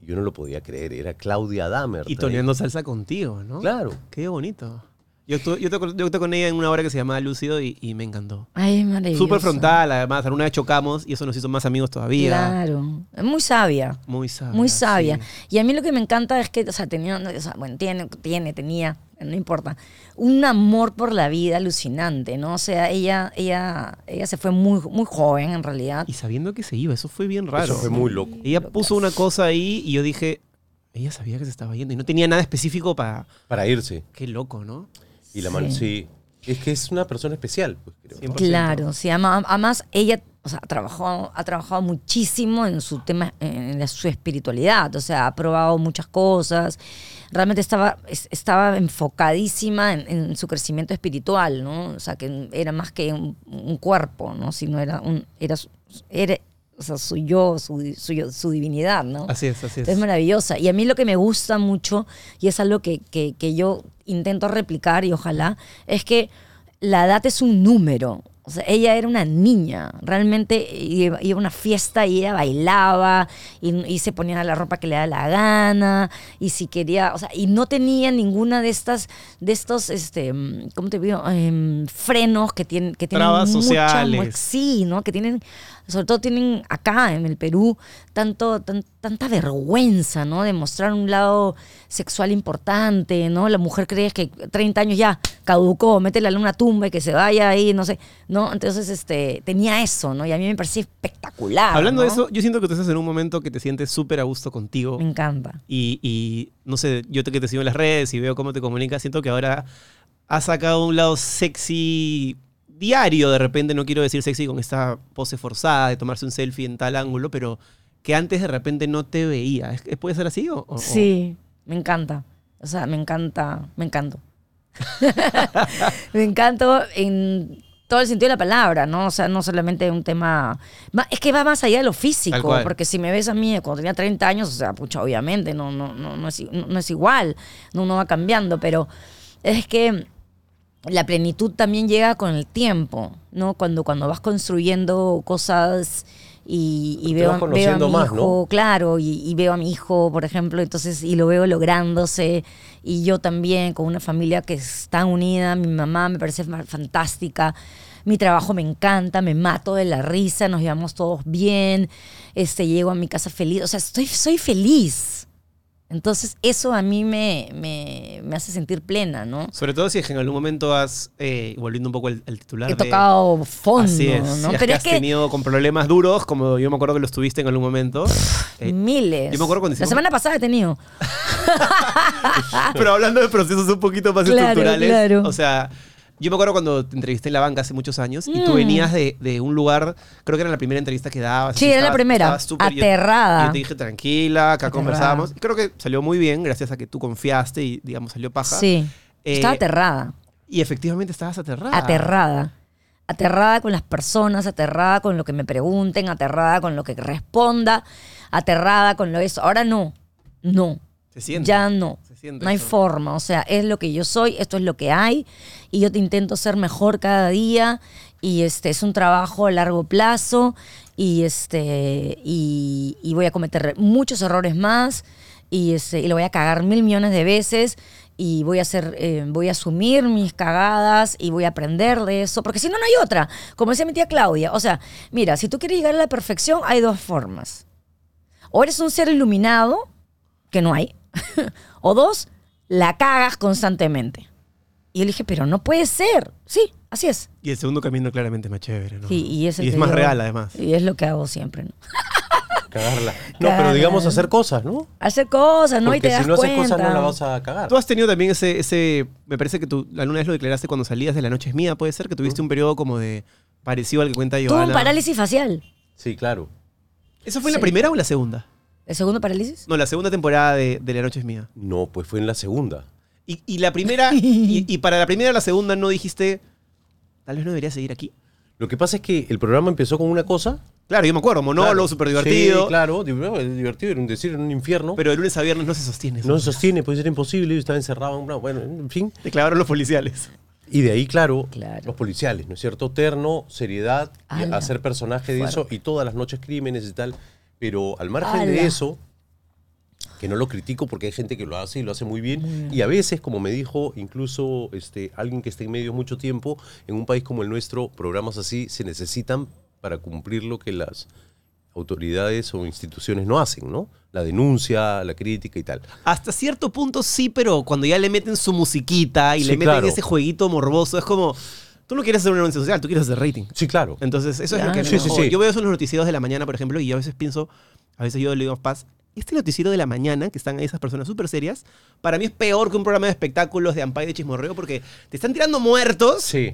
E: Y yo no lo podía creer, era Claudia Dahmer.
A: Y toneando salsa contigo, ¿no?
E: Claro.
A: Qué bonito. Yo, tu- yo, toco, yo toco con ella en una obra que se llamaba Lúcido y, y me encantó.
B: Ay, maravilloso.
A: Súper frontal, además. Alguna vez chocamos y eso nos hizo más amigos todavía.
B: Claro. Muy sabia.
A: Muy sabia.
B: Muy sabia.
A: sí.
B: Y a mí lo que me encanta es que, o sea, tenía, o sea, bueno, tiene, tiene, tenía, no importa, un amor por la vida alucinante, ¿no? O sea, ella, ella, ella se fue muy, muy joven en realidad.
A: Y sabiendo que se iba, eso fue bien raro.
E: Eso fue muy loco.
A: Ella puso una cosa ahí y yo dije, ella sabía que se estaba yendo y no tenía nada específico para...
E: Para irse.
A: Qué loco, ¿no?
E: Y la man, sí. Es que es una persona especial, pues creo.
A: 100%.
B: Claro, sí, ama- además ella o sea, trabajó, ha trabajado muchísimo en su tema, en la- su espiritualidad, o sea, ha probado muchas cosas, realmente estaba, es- estaba enfocadísima en, en su crecimiento espiritual, ¿no? O sea, que era más que un, un cuerpo, ¿no? Sino era, un, era, su- era o sea, su yo, su, su yo- su divinidad, ¿no?
A: Así es, así es.
B: Es maravillosa. Y a mí lo que me gusta mucho, y es algo que, que- que yo intento replicar y ojalá, es que la edad es un número. O sea, ella era una niña, realmente iba iba a una fiesta y ella bailaba y, y se ponía la ropa que le da la gana y si quería, o sea, y no tenía ninguna de estas, de estos, este, mm, ¿cómo te digo? Em, frenos que tienen, que tienen
A: Trabas
B: mucha-
A: sociales.
B: sí, ¿no? Que tienen, sobre todo tienen acá en el Perú, tanto, tan- tanta vergüenza, ¿no? De mostrar un lado sexual importante, ¿no? La mujer cree que 30 años ya caducó, métela en una tumba y que se vaya ahí, no sé, ¿no? Entonces, este, tenía eso, ¿no? Y a mí me parecía espectacular.
A: Hablando de
B: ¿no?
A: eso, yo siento que tú estás en un momento que te sientes súper a gusto contigo.
B: Me encanta.
A: Y, y, no sé, yo te, que te sigo en las redes y veo cómo te comunicas, siento que ahora has sacado un lado sexy diario, de repente no quiero decir sexy con esta pose forzada de tomarse un selfie en tal ángulo, pero que antes de repente no te veía. ¿Es- ¿Puede ser así? o- o-
B: Sí, me encanta. O sea, me encanta, me encanto. me encanto en todo el sentido de la palabra, ¿no? O sea, no solamente un tema... va- Es que va más allá de lo
A: Tal
B: físico,
A: cual.
B: porque si me ves a mí cuando tenía 30 años, o sea, pucha, obviamente, no, no, no, no, es, i- no- no es igual, no, no va cambiando, pero es que la plenitud también llega con el tiempo, ¿no? Cuando, cuando vas construyendo cosas y, y
E: Te
B: veo, veo
E: vas
B: a
E: conociendo
B: mi
E: más, ¿no?
B: hijo, claro, y, y veo a mi hijo, por ejemplo, entonces, y lo veo lográndose, y yo también, con una familia que está unida, mi mamá me parece fa- fantástica, mi trabajo me encanta, me mato de la risa, nos llevamos todos bien, este, llego a mi casa feliz, o sea, estoy, soy feliz. Entonces, eso a mí me, me, me hace sentir plena, ¿no?
A: Sobre todo si es que en algún momento has, eh, volviendo un poco al, al titular,
B: He
A: de-
B: tocado fondo,
A: Así es.
B: ¿no?
A: Y es
B: Pero
A: que
B: es
A: has
B: que
A: tenido con problemas duros, como yo me acuerdo que los tuviste en algún momento. Eh,
B: miles.
A: yo me acuerdo cuando
B: La
A: hicimos-
B: semana pasada he tenido.
A: Pero hablando de procesos un poquito más
B: Claro,
A: estructurales.
B: claro.
A: O sea, yo me acuerdo cuando te entrevisté en la banca hace muchos años y
B: Mm.
A: tú venías de, de un lugar, creo que era la primera entrevista que dabas.
B: Sí,
A: así
B: era la
A: estabas-
B: primera.
A: estabas súper-
B: Aterrada.
A: Y yo te dije, tranquila, acá
B: Aterrada.
A: conversamos. Y creo que salió muy bien, gracias a que tú confiaste y, digamos, salió paja.
B: Sí.
A: Eh, ah.
B: Estaba aterrada.
A: Y efectivamente estabas aterrada.
B: Aterrada. Aterrada con las personas, aterrada con lo que me pregunten, aterrada con lo que responda, aterrada con lo eso. Ahora no. No.
A: Se siente.
B: Ya no.
A: Se siente
B: no hay
A: eso.
B: forma. O sea, es lo que yo soy, esto es lo que hay. Y yo te intento ser mejor cada día. Y este es un trabajo a largo plazo. Y este. Y, y voy a cometer muchos errores más. Y este. Y lo voy a cagar mil millones de veces. Y voy a hacer, eh, voy a asumir mis cagadas y voy a aprender de eso, porque si no, no hay otra. Como decía mi tía Claudia, o sea, mira, si tú quieres llegar a la perfección, hay dos formas. O eres un ser iluminado, que no hay. o dos, la cagas constantemente. Y yo le dije, pero no puede ser. Sí, así es.
A: Y el segundo camino claramente es más chévere, ¿no?
B: Sí, y, ese
A: es
B: que
A: más
B: yo-
A: real, además.
B: Y es lo que hago siempre. ¿no?
E: Cagarla. No, pero digamos hacer cosas, ¿no?
B: Hacer cosas, ¿no? y te
E: Porque
B: das
E: si no haces
B: cuenta.
E: cosas no la vas a cagar.
A: Tú has tenido también ese, ese me parece que tú alguna vez lo declaraste cuando salías de La Noche es Mía, puede ser que tuviste un periodo como de parecido al que cuenta
B: Tuve un
A: Giovanna.
B: parálisis facial.
E: Sí, claro.
A: ¿Eso fue en la
B: Sí.
A: primera o en la segunda?
B: ¿El segundo parálisis?
A: No, la segunda temporada de, de La Noche es Mía.
E: No, pues fue en la segunda.
A: Y, y la primera, y, y para la primera o la segunda no dijiste, tal vez no debería seguir aquí.
E: Lo que pasa es que el programa empezó con una cosa.
A: Claro, yo me acuerdo, monólogo,
E: Claro.
A: súper divertido.
E: Sí, claro, di- bueno, es divertido, era un decir, era un infierno.
A: Pero de lunes a viernes no se sostiene. eso.
E: no se sostiene, puede ser imposible, yo estaba encerrado, en una- bueno, en fin.
A: Te clavaron los policiales.
E: Y de ahí, claro,
B: Claro.
E: los policiales, ¿no es cierto? Terno, seriedad, y
B: Ala.
E: hacer personaje de eso y todas las noches crímenes y tal. Pero al margen
B: Ala.
E: de eso, que no lo critico porque hay gente que lo hace y lo hace muy bien. Y a veces, como me dijo incluso este, alguien que está en medio mucho tiempo, en un país como el nuestro, programas así se necesitan para cumplir lo que las autoridades o instituciones no hacen, ¿no? La denuncia, la crítica y tal.
A: Hasta cierto punto sí, pero cuando ya le meten su musiquita y
E: Sí,
A: le meten
E: claro.
A: ese jueguito morboso, es como, tú no quieres hacer una denuncia social, tú quieres hacer rating.
E: Sí, claro.
A: Entonces, eso es lo
B: Claro.
A: que
E: Sí, sí, sí.
A: Yo veo eso en los noticieros de la mañana, por ejemplo, y yo a veces pienso, a veces yo le digo a Paz, este noticiero de la mañana, que están ahí esas personas súper serias, para mí es peor que un programa de espectáculos de Ampay de Chismorreo, porque te están tirando muertos
E: Sí.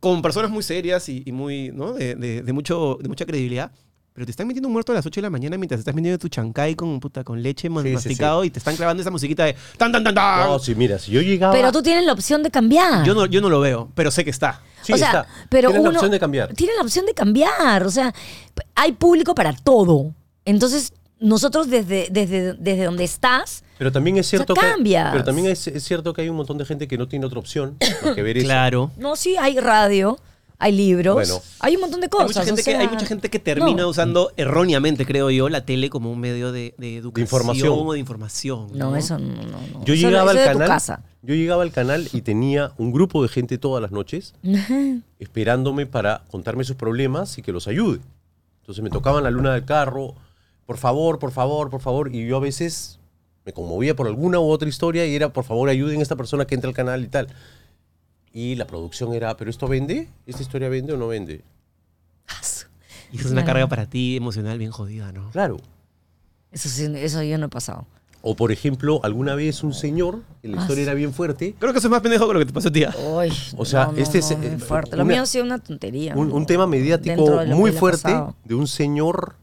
A: con personas muy serias y, y muy, ¿no? De, de- de mucho, de mucha credibilidad. Pero te están metiendo un muerto a las 8 de la mañana mientras estás metiendo tu chancay con, puta, con leche man-
E: Sí, sí,
A: masticado y te están clavando esa musiquita de tan tan tan tan.
E: No, sí, mira, si yo llegaba...
B: Pero tú tienes la opción de cambiar.
A: yo, no, yo no lo veo, pero sé que está.
E: Sí,
B: o sea,
E: está.
B: pero
E: Tienes
B: uno
E: la opción de cambiar.
B: Tiene la opción de cambiar. O sea, p- hay público para todo. Entonces, nosotros desde, desde, desde donde estás,
E: Pero también es
B: sea,
E: cierto que
B: cambias.
E: pero también es, es cierto que hay un montón de gente que no tiene otra opción más que ver eso.
A: Claro.
B: no, sí, hay radio, hay libros,
E: Bueno.
B: hay un montón de
A: Hay
B: cosas.
A: mucha,
B: o
A: gente que,
B: sea,
A: hay mucha gente que termina
B: no.
A: usando erróneamente, creo yo, la tele como un medio de, de educación
E: información.
A: o de información.
B: No, eso no. no, no.
E: Yo
B: Eso-
E: llegaba
B: eso de
E: al
B: tu
E: canal.
B: casa.
E: Yo llegaba al canal y tenía un grupo de gente todas las noches esperándome para contarme sus problemas y que los ayude. Entonces me tocaban la luna del carro, por favor, por favor, por favor, y yo a veces me conmovía por alguna u otra historia y era, por favor, ayuden a esta persona que entra al canal y tal. Y la producción era, ¿pero esto vende? ¿Esta historia vende o no vende?
A: Y eso es una
B: Claro.
A: carga para ti emocional bien jodida, ¿no?
E: Claro.
B: Eso, sí, eso yo no he pasado.
E: O por ejemplo, alguna vez un señor, que la
B: Ah, sí.
E: historia era bien fuerte,
A: Creo que eso es más pendejo que lo que te pasó a ti. ah.
B: Ay,
E: O sea,
B: no, no,
E: este es,
B: no, muy
E: eh,
B: fuerte. Lo
E: una-
B: mío ha sido una tontería.
E: un,
B: ¿no?
E: un tema mediático
B: Dentro de lo
E: muy
B: que le ha
E: fuerte
B: pasado. Mm.
E: de un señor,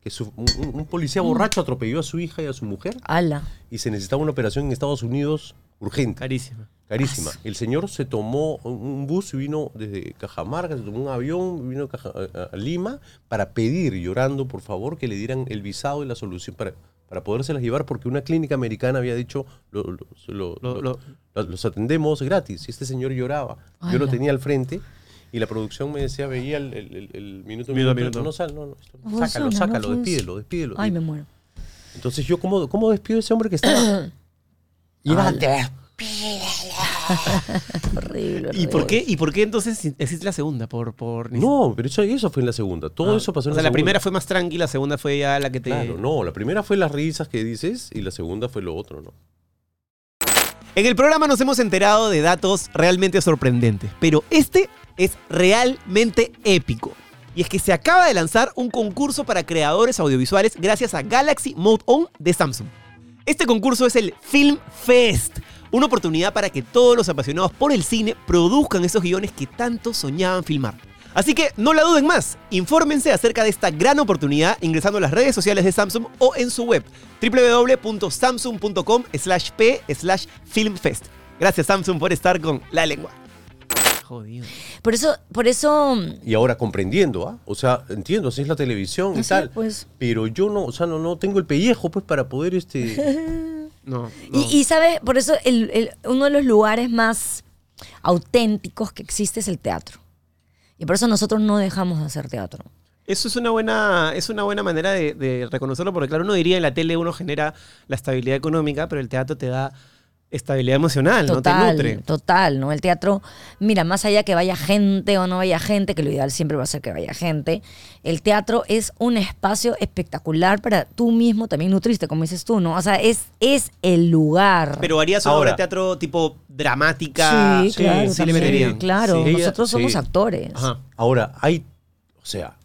E: que su- un, un- un policía borracho atropelló a su hija y a su mujer
B: Ala.
E: y se necesitaba una operación en Estados Unidos urgente,
A: Carísima.
E: carísima. El señor se tomó un, un bus y vino desde Cajamarca, se tomó un avión, vino a, Caja- a- a Lima para pedir, llorando por favor, que le dieran el visado y la solución para, para podérselas llevar porque una clínica americana había dicho, lo- lo- lo-
A: Lo-
E: lo- los, los atendemos gratis. Y este señor lloraba. Yo lo
B: Ala.
E: tenía al frente y la producción me decía, veía el, el- el- el minuto,
A: Minuto,
E: minuto,
A: minuto.
E: no sal, no, no, esto-
B: No
E: sácalo,
B: funciona,
E: sácalo,
B: no
E: despídelo,
B: funciona.
E: despídelo.
B: Ay, me muero.
E: Entonces yo, ¿cómo, cómo despido a ese hombre que está? y era,
B: Horrible.
A: ¿Y
B: horrible.
A: por qué, ¿Y por qué entonces existe la segunda? Por, por...
E: no, pero eso, eso fue en la segunda. Todo
A: Ah.
E: eso pasó en
A: O sea, la
E: la, segunda.
A: primera fue más tranquila, la segunda fue ya la que te...
E: Claro, no, la primera fue las risas que dices y la segunda fue lo otro, ¿no?
A: En el programa nos hemos enterado de datos realmente sorprendentes, pero este es realmente épico. Y es que se acaba de lanzar un concurso para creadores audiovisuales gracias a Galaxy Mode On de Samsung. Este concurso es el Film Fest, una oportunidad para que todos los apasionados por el cine produzcan esos guiones que tanto soñaban filmar. Así que no la duden más, infórmense acerca de esta gran oportunidad ingresando a las redes sociales de Samsung o en su web www.samsung.com p filmfest. Gracias Samsung por estar con la lengua. Jodido.
B: Por eso, por eso.
E: Y ahora comprendiendo, ¿ah? O sea, entiendo, así es la televisión y
B: Así
E: tal.
B: es, pues.
E: Pero yo no, o sea, no, no tengo el pellejo, pues, para poder este.
A: No.
B: Y, y, sabe, por eso el- el- uno de los lugares más auténticos que existe es el teatro. Y por eso nosotros no dejamos de hacer teatro.
A: Eso es una buena, es una buena manera de, de reconocerlo, porque claro, uno diría en la tele uno genera la estabilidad económica, pero el teatro te da estabilidad emocional, no te
B: Total,
A: nutre.
B: total, ¿no? El teatro, mira, más allá que vaya gente o no vaya gente, que lo ideal siempre va a ser que vaya gente, el teatro es un espacio espectacular para tú mismo también nutriste, como dices tú, ¿no? O sea, es, es el lugar.
A: Pero harías una
E: Ahora.
A: obra de teatro tipo dramática.
B: sí,
E: sí,
B: claro,
E: sí
A: le
B: también,
A: meterían.
B: claro.
E: Sí. Ella-
B: nosotros somos
E: sí.
B: actores.
A: Ajá.
E: ah, Ahora, hay. O sea,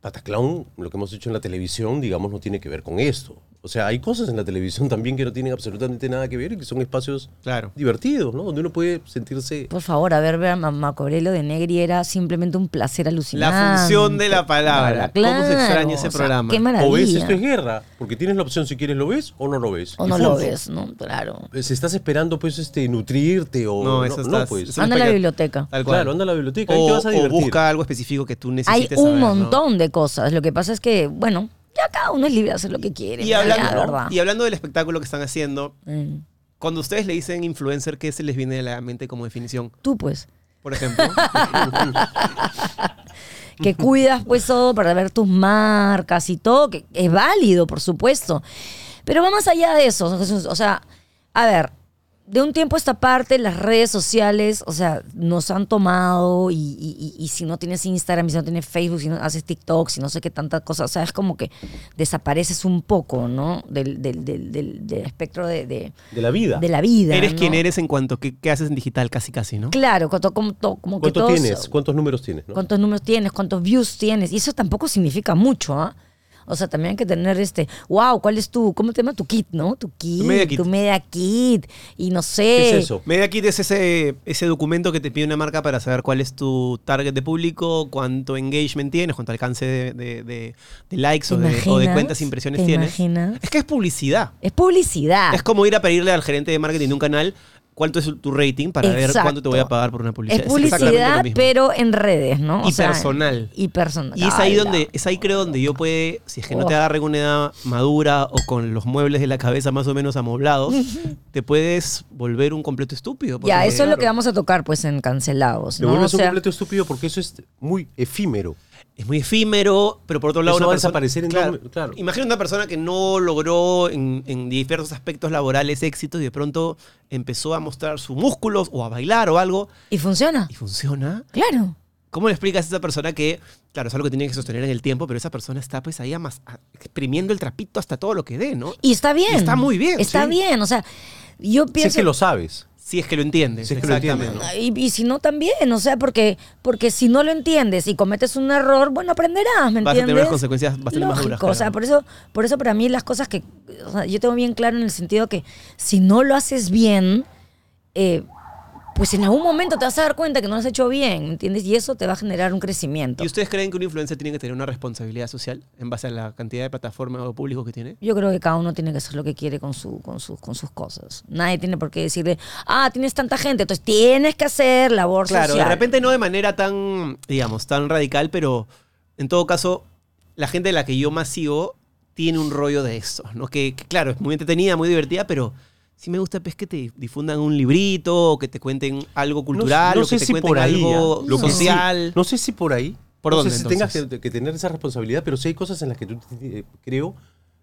E: Pataclown, lo que hemos hecho en la televisión, digamos, no tiene que ver con esto. O sea, hay cosas en la televisión también que no tienen absolutamente nada que ver y que son espacios
A: Claro.
E: divertidos, ¿no? Donde uno puede sentirse.
B: Por favor, a ver, ver a Ma- Marco Aurelio de Negri era simplemente un placer alucinante.
A: La función de la palabra. ¿Cómo se extraña ese
B: o sea,
A: programa?
B: qué maravilla.
E: O ves, esto es guerra, porque tienes la opción si quieres lo ves o no lo ves.
B: O
E: Y
B: no lo
E: punto.
B: ves, ¿no? Claro.
E: Pues estás esperando, pues, este, nutrirte o.
A: No, eso estás-
E: pues.
A: eso-
B: Anda a la
A: espectac-
B: biblioteca.
A: Tal cual.
E: Claro, anda a la biblioteca, ahí
A: o,
E: te vas a
A: o
E: divertir.
A: busca algo específico que tú
B: Hay
A: necesites.
B: un
A: saber, ¿no?
B: montón de cosas. Lo que pasa es que, bueno, ya cada uno es libre de hacer lo que quiere.
A: Y
B: mira, la
A: hablando,
B: verdad.
A: y hablando del espectáculo que están haciendo,
B: Mm.
A: cuando ustedes le dicen influencer, ¿qué se les viene a la mente como definición?
B: Tú, pues,
A: Por ejemplo.
B: que cuidas pues todo para ver tus marcas y todo, que es válido, por supuesto. Pero va más allá de eso, Jesús. O sea, a ver, de un tiempo a esta parte, las redes sociales, o sea, nos han tomado y, y- y- y si no tienes Instagram, y si no tienes Facebook, si no haces TikTok, si no sé qué tantas cosas, o sea, es como que desapareces un poco, ¿no? Del, del- del- del- del espectro de, de-
E: De la vida.
B: de la vida.
A: Eres
B: ¿no?
A: quien eres en cuanto que, que haces en digital, casi casi, ¿no?
B: Claro, cuanto- como, to- como que
E: ¿Cuánto
B: todos-
E: tienes? ¿Cuántos números tienes? no?
B: cuántos números tienes, cuántos views tienes. Y eso tampoco significa mucho, ¿ah? O sea, también hay que tener este, wow, ¿cuál es tu, cómo te llama tu kit, no? Tu kit,
A: media kit.
B: tu media kit, y no sé.
E: ¿Qué es eso?
A: Media Kit es ese, ese documento que te pide una marca para saber cuál es tu target de público, cuánto engagement tienes, cuánto alcance de, de- de- de likes
B: ¿Te
A: o de, o de
B: imaginas?
A: cuentas e impresiones
B: ¿Te
A: tienes.
B: imaginas? Ah.
A: Es que es publicidad.
B: Es publicidad.
A: Es como ir a pedirle al gerente de marketing de un canal cuánto es tu rating para ver
B: Exacto.
A: cuánto te voy a pagar por una publicidad.
B: Es
A: exactamente lo
B: publicidad,
A: mismo.
B: pero en redes, ¿no?
A: Y personal.
B: Y personal.
A: Y es ahí
B: Ay, la-
A: donde, es ahí creo donde yo puede, si es que no te
B: Oh.
A: agarren una edad madura o con los muebles de la cabeza más o menos amoblados, te puedes volver un completo estúpido.
B: Ya,
A: porque-
B: eso es lo que vamos a tocar, pues, en Cancelados,
E: Te
B: ¿no?
E: vuelves
B: O
E: un
B: sea,
E: completo estúpido porque eso es muy efímero.
A: es muy efímero, pero por otro lado
E: Eso
A: una
E: va a
A: persona-
E: desaparecer en
A: claro,
E: todo- claro.
A: Imagina una persona que no logró en, en diversos aspectos laborales éxitos y de pronto empezó a mostrar sus músculos o a bailar o algo
B: Y funciona.
A: y funciona.
B: Claro.
A: ¿Cómo le explicas a esa persona que, claro, es algo que tiene que sostener en el tiempo, pero esa persona está pues ahí amas- a- exprimiendo el trapito hasta todo lo que dé, ¿no?
B: Y está bien.
A: Y está muy bien,
B: Está
A: sí.
B: bien, o sea, yo
E: Si es
B: pienso...
E: que lo sabes.
A: Si es que lo entiendes.
E: Si es que lo
A: exactamente.
E: entiendes,
B: Y, y si no también, o sea, porque, porque si no lo entiendes y cometes un error, bueno, aprenderás, ¿me entiendes?
A: Vas a tener unas consecuencias bastante más
B: Lógico,
A: duras,
B: O sea,
A: claro.
B: por eso, por eso para mí las cosas que o sea, yo tengo bien claro en el sentido que si no lo haces bien, eh, pues en algún momento te vas a dar cuenta que no lo has hecho bien, ¿me entiendes? Y eso te va a generar un crecimiento.
A: ¿Y ustedes creen que un influencer tiene que tener una responsabilidad social en base a la cantidad de plataformas o público que tiene?
B: Yo creo que cada uno tiene que hacer lo que quiere con, su, con, sus con sus cosas. Nadie tiene por qué decirle, ah, tienes tanta gente, entonces tienes que hacer labor
A: Claro,
B: social.
A: de repente no de manera tan, digamos, tan radical, pero en todo caso, la gente de la que yo más sigo tiene un rollo de eso, ¿no? Que, que, claro, es muy entretenida, muy divertida, pero sí me gusta pues, que te difundan un librito, o que te cuenten algo cultural,
E: no
A: o que
E: sé
A: te
E: si
A: cuenten
E: por ahí,
A: algo
E: ¿ah? Lo que sí-
A: social.
E: no sé si por ahí.
A: ¿Por
E: no
A: dónde,
E: sé si
A: entonces?
E: tengas que, que tener esa responsabilidad, pero sí hay cosas en las que tú, eh, creo,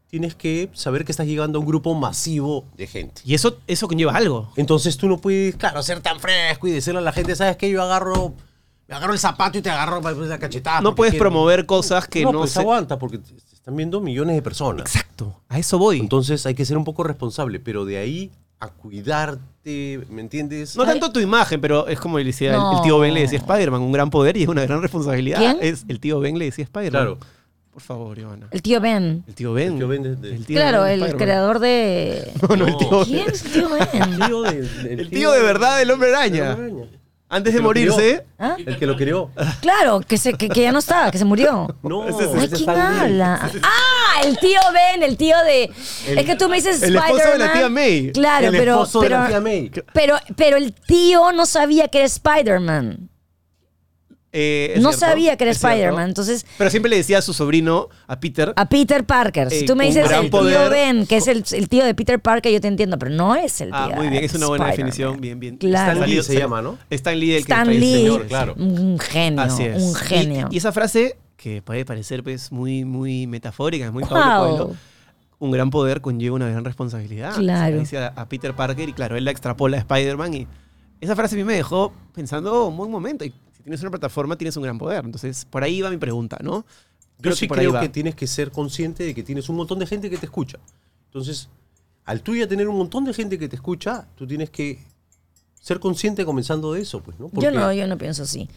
E: tienes que saber que estás llegando a un grupo masivo de gente.
A: Y eso, eso conlleva algo.
E: Entonces tú no puedes, claro, ser tan fresco y decirle a la gente, ¿sabes qué? Yo agarro, me agarro el zapato y te agarro pues, la cachetada.
A: No
E: porque
A: puedes
E: quiero".
A: promover cosas que no,
E: pues
A: se-
E: aguanta porque te te están viendo millones de personas.
A: Exacto, a eso voy.
E: Entonces hay que ser un poco responsable, pero de ahí a cuidarte, ¿me entiendes? Ah,
A: no tanto tu imagen, pero es como le decía el- el,
B: No.
A: tío Ben le decía Spider-Man, un gran poder y es una gran responsabilidad.
B: ¿Quién?
A: Es el tío Ben le decía Spider-Man.
E: Claro.
A: Por favor, Ivana.
B: El tío Ben.
A: El tío Ben.
E: El tío Ben de- de-
A: El tío
B: Claro,
A: Ben de
B: el
A: Spider-Man.
B: creador de...
A: No, no, el tío
B: ¿Quién es el tío Ben?
E: tío de, del
A: El tío de verdad del hombre araña.
E: del hombre araña.
A: Antes de
E: Pero tío-
A: morirse, ¿eh?
B: ¿Ah?
E: El que lo creó.
B: Claro, que, se, que, que ya no está, que se murió.
E: No,
B: Ay, ¿quién habla? ¡Ah! El tío Ben, el tío de. es que tú me dices
A: el esposo de
B: Spider-Man.
A: la tía May.
B: Claro,
E: el
B: pero.
E: esposo
B: pero,
E: de la tía May.
B: Pero, pero el tío no sabía que era Spider-Man.
A: eh, es
B: No
A: cierto,
B: sabía que era
A: es cierto.
B: Spider-Man. Entonces,
A: Pero siempre le decía a su sobrino, a Peter,
B: a Peter Parker. Si
A: Eh,
B: tú me
A: con
B: dices
A: gran
B: el tío
A: poder-
B: Ben, que es el, el tío de Peter Parker, yo te entiendo, pero no es el tío.
A: Ah, muy bien, es una buena
B: Spider-Man.
A: definición, bien, bien.
B: Claro.
E: Stan Lee se
A: salió-
E: llama, ¿no?
A: Stan Lee, el que
B: Stan
A: trae el
B: Lee,
A: señor,
E: claro.
B: un genio,
A: Así es.
B: un
A: Y-
B: genio.
A: Y, esa frase, que puede parecer pues muy, muy metafórica, muy Pablo
B: wow.
A: Coelho, un gran poder conlleva una gran responsabilidad.
B: Claro.
A: Se la dice a, a Peter Parker y claro, él la extrapola a Spider-Man y esa frase a mí me dejó pensando un buen momento. Y si tienes una plataforma, tienes un gran poder. Entonces, por ahí va mi pregunta, ¿no?
E: Yo sí
A: por ahí
E: creo
A: va.
E: que tienes que ser consciente de que tienes un montón de gente que te escucha. Entonces, al tú ya tener un montón de gente que te escucha, tú tienes que ser consciente comenzando de eso, pues, ¿no?
B: Yo no, yo no pienso así.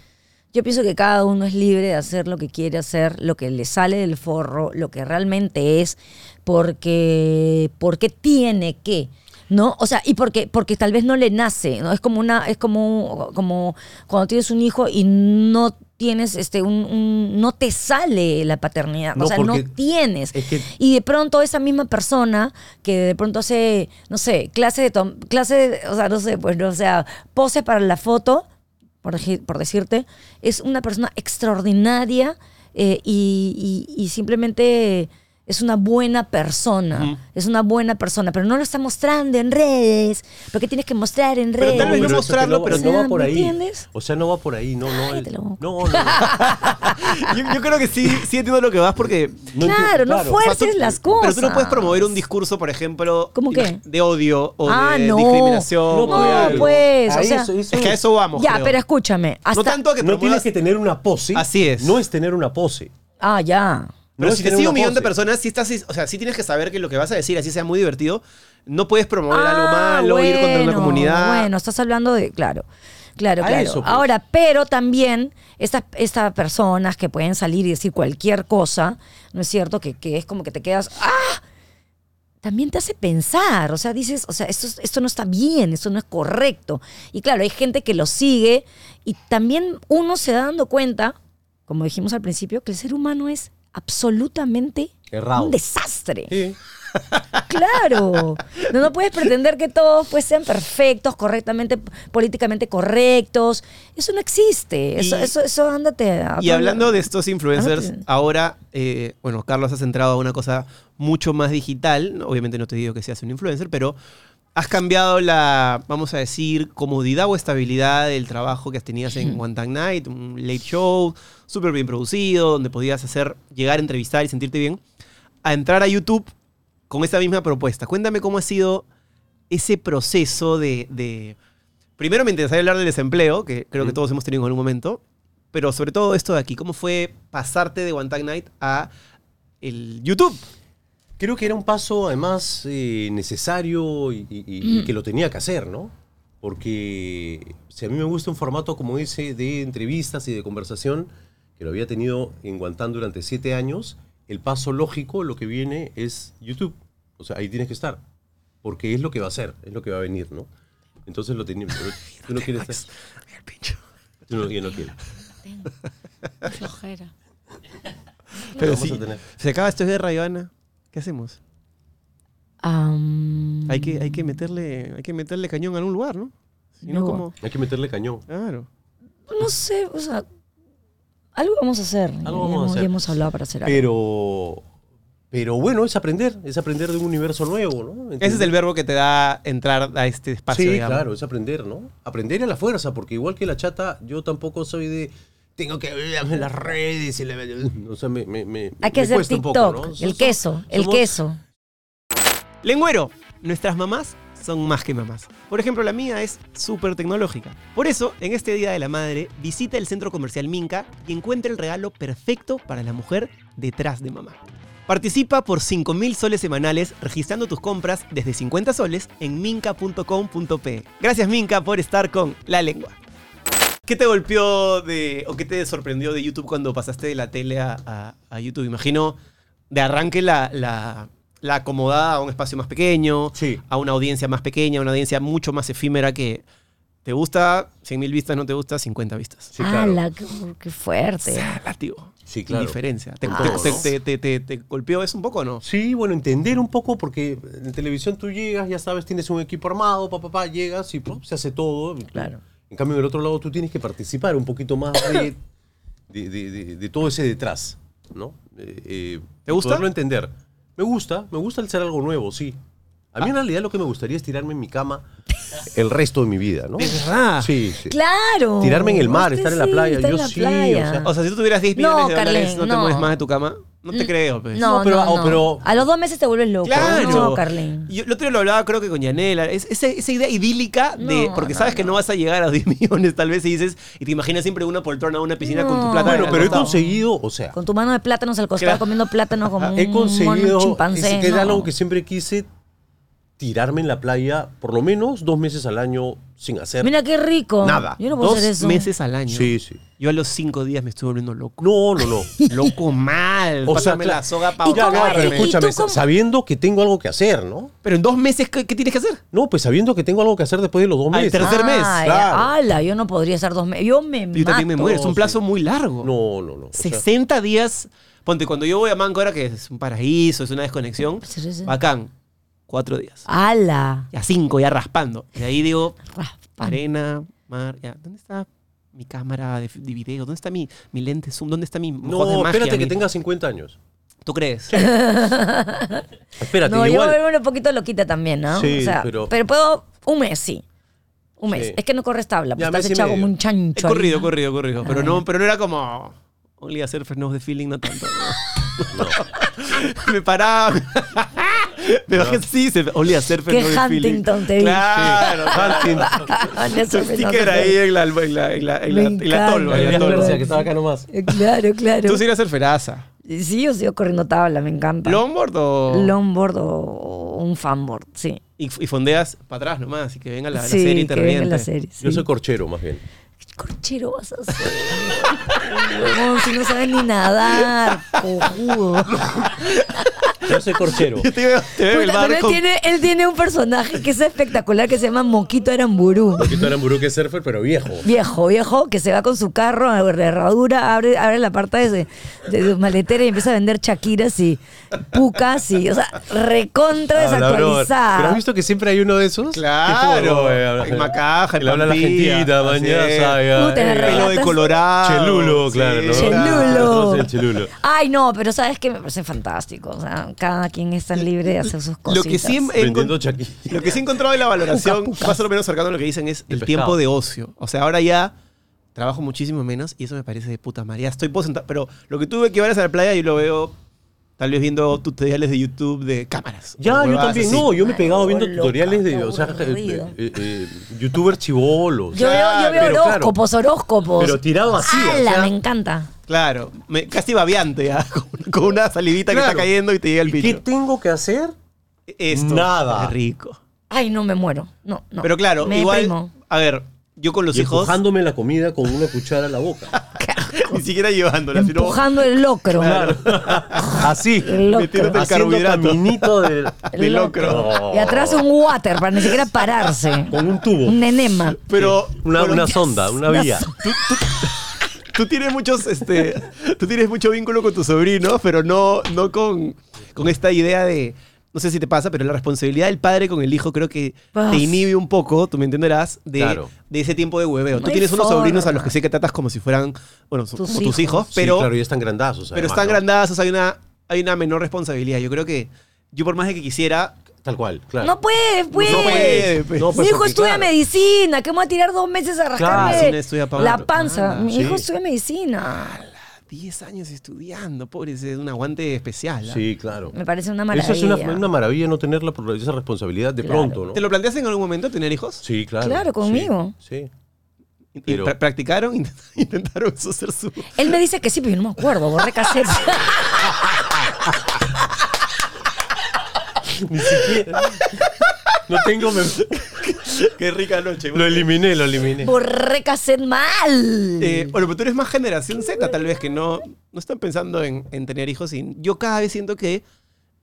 B: Yo pienso que cada uno es libre de hacer lo que quiere hacer, lo que le sale del forro, lo que realmente es, porque, porque tiene que. ¿No? O sea, y porque, porque tal vez no le nace, ¿no? Es como una, es como, como cuando tienes un hijo y no tienes este un, un- no te sale la paternidad.
E: No,
B: o sea, no
E: porque
B: tienes.
E: es que-
B: Y de pronto esa misma persona que de pronto hace, no sé, clase de, tom- clase de- o sea, no sé, pues, no, o sea, pose para la foto, por, deji- por decirte, es una persona extraordinaria eh, y, y- y simplemente es una buena persona, es una buena persona, pero no lo está mostrando en redes, porque tienes que mostrar en
A: Pero
B: redes.
A: tal vez no
E: Pero eso que
A: mostrarlo, pero
E: no va por
B: ¿me
E: ahí.
B: entiendes?
E: O sea, no va por ahí, no, no.
B: Cállate la boca.
E: no, no, no.
A: Yo, yo creo que sí, sí entiendo lo que vas porque...
E: No
B: claro, no
E: claro.
B: fuerces
A: O sea, tú-
B: las
A: Pero
B: cosas.
A: tú no puedes promover un discurso, por ejemplo,
B: ¿Cómo qué?
A: de odio o
B: Ah,
A: de
B: no.
A: discriminación.
B: No,
A: o de algo.
B: pues, o
E: A
B: sea-
E: eso, eso-
A: Es que a eso vamos.
B: Ya,
A: creo.
B: pero escúchame. Hasta,
A: No tanto a que
E: no tienes
A: promuevas-
E: que tener una pose.
A: Así es.
E: No es tener una pose.
B: Ah, ya.
E: No
A: Pero
E: es
A: si te
E: tener
A: sigue
E: una
A: un millón de
E: pose.
A: personas, sí estás, o sea, sí tienes que saber que lo que vas a decir, así sea muy divertido, no puedes promover
B: Ah,
A: algo malo, ir contra una
B: bueno,
A: comunidad.
B: Bueno, estás hablando de, claro, claro,
E: A
B: claro.
E: eso, pues.
B: Ahora, pero también estas estas personas que pueden salir y decir cualquier cosa, ¿no es cierto? Que, que es como que te quedas, ¡ah! También te hace pensar, o sea, dices, o sea, esto, es- esto no está bien, esto no es correcto. Y claro, hay gente que lo sigue y también uno se da dando cuenta, como dijimos al principio, que el ser humano es absolutamente
E: Errado.
B: un desastre.
E: Sí.
B: Claro. No, no puedes pretender que todos pues, sean perfectos, correctamente, políticamente correctos. Eso no existe. Eso,
A: Y-
B: eso, eso ándate a-
A: Y hablando de estos influencers,
B: Ándate.
A: ahora, eh, bueno, Carlos, has entrado a una cosa mucho más digital. Obviamente no te digo que seas un influencer, pero has cambiado la, vamos a decir, comodidad o estabilidad del trabajo que tenías en One Time Night, un late show, súper bien producido, donde podías hacer, llegar, entrevistar y sentirte bien, a entrar a YouTube con esta misma propuesta. Cuéntame cómo ha sido ese proceso de... de- primero me interesaría hablar del desempleo, que creo que todos hemos tenido en algún momento, pero sobre todo esto de aquí, ¿cómo fue pasarte de One Tag Night a el YouTube?
E: Creo que era un paso además eh, necesario y, y- y que lo tenía que hacer, ¿no? Porque si a mí me gusta un formato como ese de entrevistas y de conversación, que lo había tenido en Guantán durante siete años, el paso lógico, lo que viene es YouTube. O sea, ahí tienes que estar. Porque es lo que va a ser, es lo que va a venir, ¿no? Entonces lo tenía. pero Tú no quieres
A: Pues,
E: estar. Tú no, yo no quiero.
C: Flojera.
A: Pero
E: Vamos
A: sí,
E: a tener.
A: se acaba esta guerra, Ivana. ¿Qué hacemos?
B: Am,
A: Hay que, hay que meterle, hay que meterle cañón a algún lugar, ¿no? Si no,
B: No.
A: como.
E: Hay que meterle cañón.
A: Claro.
B: No sé, o sea, algo vamos a hacer. Ya
E: vamos a
B: hemos-
E: hacer. Eh,
B: ya hemos hablado para hacer algo.
E: Pero, pero bueno, es aprender, es aprender de un universo nuevo, ¿no?
A: Ese es el
E: Entender-
A: verbo que te da entrar a este espacio.
E: Sí,
A: digamos.
E: claro, es aprender, ¿no? Aprender a la fuerza, porque igual que la chata, yo tampoco soy de tengo que abrirme las redes y la... o sea, me, me, me-
B: Hay que
E: me
B: hacer
E: cuesta un
B: TikTok,
E: poco, ¿no? So-
B: el
E: so-
B: queso, el
E: somos-
B: queso.
A: Lengüero, nuestras mamás son más que mamás. Por ejemplo, la mía es súper tecnológica. Por eso, en este Día de la Madre, visita el centro comercial Minca y encuentra el regalo perfecto para la mujer detrás de mamá. Participa por 5.000 soles semanales registrando tus compras desde 50 soles en minca.com.pe. Gracias Minca por estar con La Lengua. ¿Qué te golpeó de, o qué te sorprendió de YouTube cuando pasaste de la tele a, a- a YouTube? Imagino de arranque la, la, la acomodada a un espacio más pequeño,
E: Sí.
A: a una audiencia más pequeña, una audiencia mucho más efímera que te gusta 100.000 vistas, no te gusta 50 vistas.
E: Sí, claro.
B: ¡Hala! Qué, qué fuerte!
A: Relativo.
E: Sí, claro.
A: Indiferencia. ¿Te,
E: Con
A: te-
E: todo,
A: te-
E: ¿no?
A: te- te- te- te golpeó eso un poco o no?
E: Sí, bueno, entender un poco porque en televisión tú llegas, ya sabes, tienes un equipo armado, papá, papá, llegas y pum, se hace todo.
B: Claro.
E: En cambio, del otro lado tú tienes que participar un poquito más de, de- de- de- de todo ese detrás, ¿no? Eh, eh,
A: ¿Te gusta?
E: Poderlo entender. Me gusta, me gusta el ser algo nuevo, sí. A
A: Ah.
E: mí en realidad lo que me gustaría es tirarme en mi cama el resto de mi vida, ¿no?
A: ¿De verdad?
E: Sí, sí.
B: ¡Claro!
E: Tirarme en el mar,
B: Usted
E: estar en la
B: sí,
E: playa,
B: está en
E: yo
B: la
E: sí,
B: playa.
E: o sea,
A: O sea, si tú tuvieras 10
B: No,
A: millones de dólares,
B: Carlén,
A: no,
B: no. Mm.
A: te mueves más de tu cama. No te creo, pues.
B: No,
E: No, pero-
B: no, no.
E: pero-
B: A los dos meses te vuelves loco.
A: Claro.
B: No, Carlín.
A: Yo el otro día lo hablaba, creo que con Yanela. Es- esa, esa idea idílica de.
B: No,
A: porque
B: no,
A: sabes que no vas a llegar a 10 millones, tal vez, y dices. Y te imaginas siempre una poltrona, una piscina con tu
B: No.
A: plata.
E: Ah, Bueno,
A: al
E: pero he
A: costado.
E: conseguido, o sea,
B: Con tu mano de plátanos al costado,
A: Claro.
B: comiendo plátanos como
E: he
B: un
E: conseguido,
B: mono chimpancé.
E: es que era
B: no.
E: algo que siempre quise, tirarme en la playa por lo menos dos meses al año sin hacer
B: Mira qué rico.
E: Nada.
B: Yo no puedo hacer
A: Dos
B: eso.
A: meses al año.
E: Sí, sí.
A: Yo a los cinco días me estuve volviendo loco.
E: No, no, no.
A: Loco mal.
E: O sea,
A: Pásame
E: claro.
A: la soga
B: ¿Y cómo
A: para
E: Claro, pero
B: eres? ¿Y
E: escúchame,
B: tú cómo?
E: sabiendo que tengo algo que hacer, ¿no?
A: Pero en dos meses, ¿qué, qué tienes que hacer?
E: No, pues sabiendo que tengo algo que hacer después de los dos
A: Al
E: meses.
A: tercer mes,
B: Ay,
E: claro.
B: ala, yo no podría estar dos meses. Yo me
A: Yo también me
B: mato.
A: muero. Es un
E: sí.
A: plazo muy largo.
E: No, no, no. o sea,
A: 60 días. Ponte, cuando yo voy a Manco ahora, que es un paraíso, es una desconexión.
B: Sí, sí, sí.
A: Bacán. Cuatro días.
B: Ala.
A: Ya cinco, ya raspando. Y de ahí digo,
B: Raspa.
A: arena, mar, ya. ¿Dónde está mi cámara de, de video? ¿Dónde está mi, mi lente zoom? ¿Dónde está mi
E: no,
A: ojos de magia?
E: espérate que
A: Mi-
E: tenga 50 años.
A: ¿Tú crees?
E: Espérate,
B: No, yo voy a
E: igual.
B: verme un poquito loquita también, ¿no?
E: Sí,
B: o sea,
E: pero-
B: pero... puedo un mes, sí. Un mes.
E: Sí.
B: Es que no corres tabla, pues
E: Ya, mes
B: estás
E: y
B: echado como
E: medio.
B: un
A: He
B: chancho. ahí.
A: corrido, corrido, corrido. Pero
B: Ah.
A: no, pero no era como. Only hacer frenos de feeling, no tanto. ¿no? me paraba. me bajé, sí, se, only hacer
B: Qué
A: frenos de feeling.
B: Huntington te vi.
A: Claro,
B: Only hacer
A: Huntington. Su
B: frenos de
A: sticker ahí en la, en la, en la, en la,
B: Me
A: en la tolva. en la
B: encanta,
E: Adrián
B: Todo.
A: tolva.
E: García, que estaba acá nomás.
B: Eh, Claro, claro.
A: Tú sí eres surferaza.
B: Sí, yo sigo corriendo tabla, me encanta.
A: ¿Longboard o.?
B: Longboard o un fanboard, sí.
A: y, y fondeas para atrás nomás, y que venga la, la
B: sí,
A: serie y te
B: que venga la
A: reviente.
B: serie. sí.
E: Yo soy corchero, más bien.
B: ¿Qué corchero vas a hacer? Huevón, si no sabes ni nadar, cojudo.
E: Yo soy corchero.
A: Yo te veo, te veo en el
B: Puta, pero
A: bar
B: él,
A: con-
B: tiene, él tiene un personaje que es espectacular que se llama Moquito Aramburú.
E: Porque tú eras buruque surfer, pero viejo.
B: Viejo, viejo, que se va con su carro a la herradura, abre, abre la parte de, ese- de su maletera y empieza a vender chaquiras y pucas y, o sea, recontra
E: Habla, bro. Ah, ¿Pero
B: desactualizada.
E: has visto que siempre hay uno de esos?
A: Claro.
E: Que es como, eh, habla-
A: En Macaja, en
E: Le habla a la
A: Pampilla,
E: gentita,
A: así
E: mañana,
A: es.
E: sabe,
B: Puta, en
E: eh,
B: el
A: Pelo de
B: Relatas-
A: colorado.
E: Chelulo, claro, ¿no?
B: Chelulo.
E: Nosotros el chelulo.
B: Ay, no, pero ¿sabes qué? Me parece fantástico. O sea, cada quien es tan libre de hacer sus
A: Lo
B: cositas.
A: que, sí he
E: Vendiendo
A: encont-
E: chaquí.
A: lo que sí he encontrado en la valoración, más o menos cercano a lo que dicen, es el
E: pescado.
A: tiempo de ocio. O sea, ahora ya trabajo muchísimo menos y eso me parece de puta madre. Ya estoy puedo sentar- pero lo que tuve que ver a la playa yo lo veo tal vez viendo tutoriales de YouTube de cámaras.
E: Ya,
A: O
E: yo
A: huevadas
E: también.
A: así.
E: No, yo me he pegado viendo
B: Loca,
E: tutoriales de,
B: qué
E: o sea,
B: aburrido.
E: eh, eh, eh, youtubers chivolos.
B: Yo veo, yo veo
E: Pero, claro,
B: horóscopos, horóscopos.
E: Pero tirado así, o
B: ¡Hala!
E: sea-
B: Me encanta.
A: Claro, me- casi babeante ya, con, con una salivita que
E: Claro.
A: está cayendo y te llega el
E: ¿Y ¿Qué
A: bicho.
E: tengo que hacer?
A: Esto,
E: Nada.
A: qué rico.
B: Ay, no me muero. No, no.
A: Pero claro,
B: Me
A: igual,
B: deprimo.
A: a ver, yo con los
E: Y
A: hijos,
E: empujándome la comida con una cuchara a la boca.
A: ni siquiera llevándola, sino
B: Empujando el locro.
E: Así.
B: El locro.
A: Metiéndote el
E: Haciendo
A: carbohidrato.
E: caminito de-
A: de locro.
B: Y atrás un water para ni siquiera pararse.
E: con un tubo.
B: Un enema.
A: Pero
E: Una,
A: pero
E: una sonda, una
B: Una
E: vía.
B: so-
A: tú tienes muchos, este, tú tienes mucho vínculo con tus sobrinos, pero no, no con, con esta idea de, no sé si te pasa, pero la responsabilidad del padre con el hijo creo que
B: Paz.
A: te inhibe un poco, tú me entenderás, de,
E: Claro.
A: de ese tiempo de hueveo.
B: No
A: tú
B: hay
A: tienes unos
B: forma.
A: sobrinos a los que sé que tratas como si fueran, bueno,
B: Tus
A: como tus hijos,
B: hijos.
A: pero
E: Sí, claro, ya están grandazos.
A: Pero
E: además,
A: están
E: ¿no?
A: grandazos, hay una, hay una menor responsabilidad. Yo creo que yo por más de que quisiera...
E: Tal cual, claro.
B: No puedes, pues.
A: No puede, pues.
E: No, pues,
B: Mi hijo
E: porque,
B: estudia
E: claro,
B: medicina. ¿Qué me voy a tirar dos meses a
A: Claro, si
B: rascarme
A: no estudia pa'
B: la
A: otro.
B: panza?
A: Ah,
B: Mi
E: sí.
B: hijo estudia medicina.
A: 10 años estudiando, pobre, ese es un aguante especial. ¿ah?
E: Sí, claro.
B: Me parece una maravilla.
E: Eso es una, una maravilla no tener la, esa responsabilidad de
B: Claro.
E: pronto, ¿no?
A: ¿Te lo planteaste en algún momento tener hijos?
E: Sí, claro.
B: Claro,
E: sí,
B: conmigo.
E: Sí.
A: ¿Y
E: Pero-
A: pra- ¿Practicaron? Intent- ¿Intentaron eso ser su...?
B: Él me dice que sí, pero yo no me acuerdo. Borré cassette.
E: Ni siquiera. No tengo.
A: Qué rica noche.
E: Lo eliminé, lo eliminé.
B: borré cassette mal.
A: Eh, bueno, pero tú eres más generación Z, tal vez, que no, no están pensando en, en tener hijos. Y yo cada vez siento que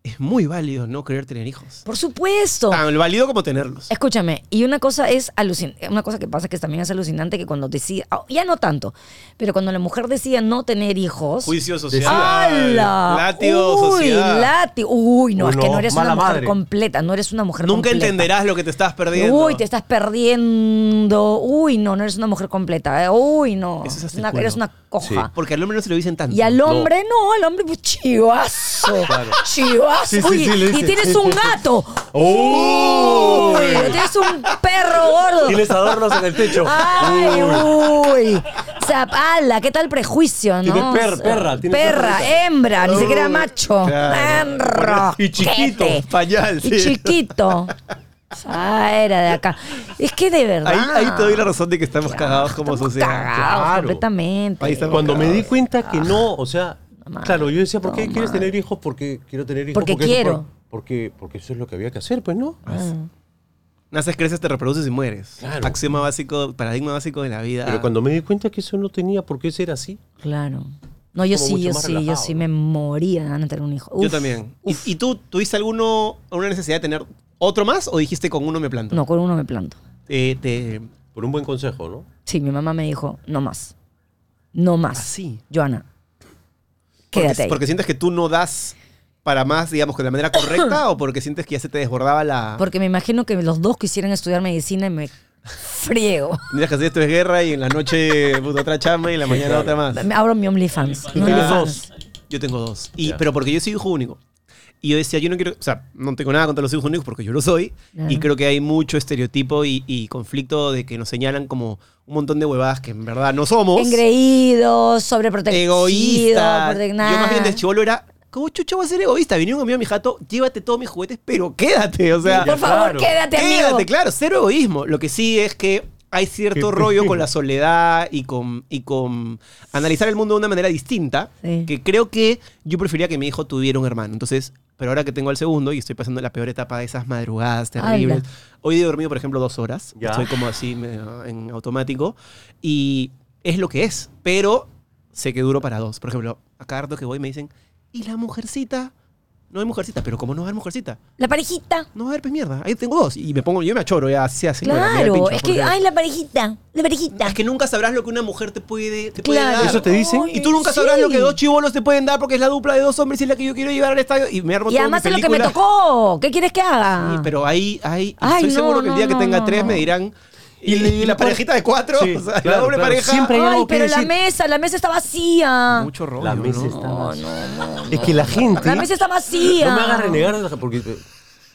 A: es muy válido no querer tener hijos.
B: Por supuesto.
A: Tan válido como tenerlos.
B: Escúchame, y una cosa es alucinante, una cosa que pasa que también es alucinante que cuando decía, ah, ya no tanto, pero cuando la mujer decía no tener hijos,
A: Juicio social.
B: ¡Hala!
A: Látigo,
B: Uy,
A: sociedad.
B: lati- Uy, no,
E: Uy,
B: es que
E: no,
B: no eres
E: mala
B: una mujer
E: madre.
B: completa, no eres una mujer
A: Nunca
B: completa.
A: entenderás lo que te estás perdiendo.
B: Uy, te estás perdiendo. Uy, no, no eres una mujer completa. eh. Uy, no.
A: Eso es hasta el
B: Una-
A: culo.
B: eres una coja.
E: Sí.
A: Porque al hombre no se lo dicen tanto.
B: Y al hombre, no, al hombre, pues chivazo. Chivazo.
E: Sí, sí,
B: Oye,
E: sí, le
B: y
E: dice.
B: tienes un gato.
E: ¡Uy!
B: Uy, tienes un perro gordo.
E: Tienes adornos en el techo.
B: Ay, uy. Zapala, ¿qué tal prejuicio,
E: Tiene
B: no?
E: per- perra, tiene
B: perra,
E: perrita.
B: hembra, ni siquiera macho.
A: claro.
B: Perro.
E: Y chiquito,
B: quete.
A: Pañal,
B: Y
A: sí.
B: chiquito. Ah, era de acá. Es que de verdad.
A: Ahí, ahí te doy la razón de que estamos cagados como
B: Estamos
A: sociedad.
B: cagados
E: Claro.
B: completamente.
A: Ahí está.
E: Cuando me di cuenta que no, o sea,
B: madre,
E: claro, yo decía, ¿por qué
B: no,
E: quieres
B: madre.
E: tener hijos? Porque quiero tener hijos.
B: Porque
E: eso
B: quiero. Ah.
E: fue- Porque, porque eso es lo que había que hacer, pues, ¿no?
A: Naces, creces, te reproduces y mueres.
E: Claro.
A: Axioma básico, paradigma básico de la vida.
E: Pero cuando me di cuenta que eso no tenía por qué ser así.
B: Claro. No, yo
E: Como
B: sí,
E: mucho
B: yo
E: más
B: sí, yo
E: relajado,
B: sí
E: ¿no?
B: me moría de ganas de tener un hijo.
A: Yo
B: Uf,
A: también. ¿Y,
B: uf.
A: y tú tuviste alguno, alguna necesidad de tener otro más o dijiste con uno me planto?
B: No, con uno me planto.
A: Eh, te-
E: Por un buen consejo, ¿no?
B: Sí, mi mamá me dijo, no más. No más.
A: Ah, sí.
B: Joana,
A: porque,
B: quédate ahí.
A: porque sientes que tú no das para más, digamos, que de la manera correcta o porque sientes que ya se te desbordaba la...
B: Porque me imagino que los dos quisieran estudiar medicina y me friego.
A: Tendrías que hacer esto es guerra y en la noche puta, otra chama y en la mañana otra más.
B: Me Abro mi OnlyFans. Mi
E: tienes
B: OnlyFans.
A: Yo tengo dos. Y,
E: Ya.
A: Pero porque yo soy hijo único. Y yo decía, yo no quiero, o sea, no tengo nada contra los hijos únicos porque yo lo soy.
B: Claro.
A: Y creo que hay mucho estereotipo y, y conflicto de que nos señalan como un montón de huevadas que en verdad no somos.
B: Engreídos, sobreprotegidos.
A: Egoístas.
B: protec-
A: Yo
B: nada.
A: más bien de chivolo era, ¿cómo chucha voy a ser egoísta? Venía un amigo a mi jato, llévate todos mis juguetes, pero quédate. O sea,
B: Por favor,
E: claro.
B: quédate, amigo.
A: Quédate, claro, cero egoísmo. Lo que sí es que hay cierto rollo con la soledad y con, y con analizar el mundo de una manera distinta,
B: Sí.
A: que creo que yo prefería que mi hijo tuviera un hermano. Entonces, pero ahora que tengo al segundo y estoy pasando la peor etapa de esas madrugadas terribles.
B: Ala.
A: Hoy he dormido, por ejemplo, dos horas.
E: Ya.
A: Estoy como así medio en automático. Y es lo que es. Pero sé que duro para dos. Por ejemplo, a cada rato que voy me dicen, ¿y la mujercita? No hay mujercita, pero ¿cómo no va a haber mujercita?
B: La parejita.
A: No, a ver, pues mierda, ahí tengo dos. Y me pongo, yo me achoro, ya así así. me la mira el
B: Claro,
A: pincho,
B: es
A: porque-
B: que, ay, la parejita, la parejita.
A: es que nunca sabrás lo que una mujer te puede, te puede
B: Claro.
A: dar.
E: ¿Eso te dicen?
A: Y tú nunca sabrás
B: Sí.
A: lo que dos chivolos te pueden dar porque es la dupla de dos hombres y es la que yo quiero llevar al estadio. Y me armo
B: Y
A: toda mi
B: además es lo que me
A: película.
B: tocó. ¿Qué quieres que haga?
A: Sí, pero ahí, ahí
B: Ay,
A: estoy
B: no,
A: seguro que el
B: no,
A: día que
B: no,
A: tenga
B: no,
A: tres
B: no.
A: me dirán. Y,
E: Y-
A: la parejita de cuatro,
E: Sí,
A: o sea, la
E: claro,
A: doble
E: claro.
A: pareja.
E: Siempre hay
B: Ay,
E: algo que
B: pero la
E: decir.
B: mesa, la mesa está vacía.
A: Ah, Mucho rollo.
E: La mesa
A: ¿no?
E: está Es que la gente.
B: La mesa está vacía.
E: No me hagas renegar de la- porque eh,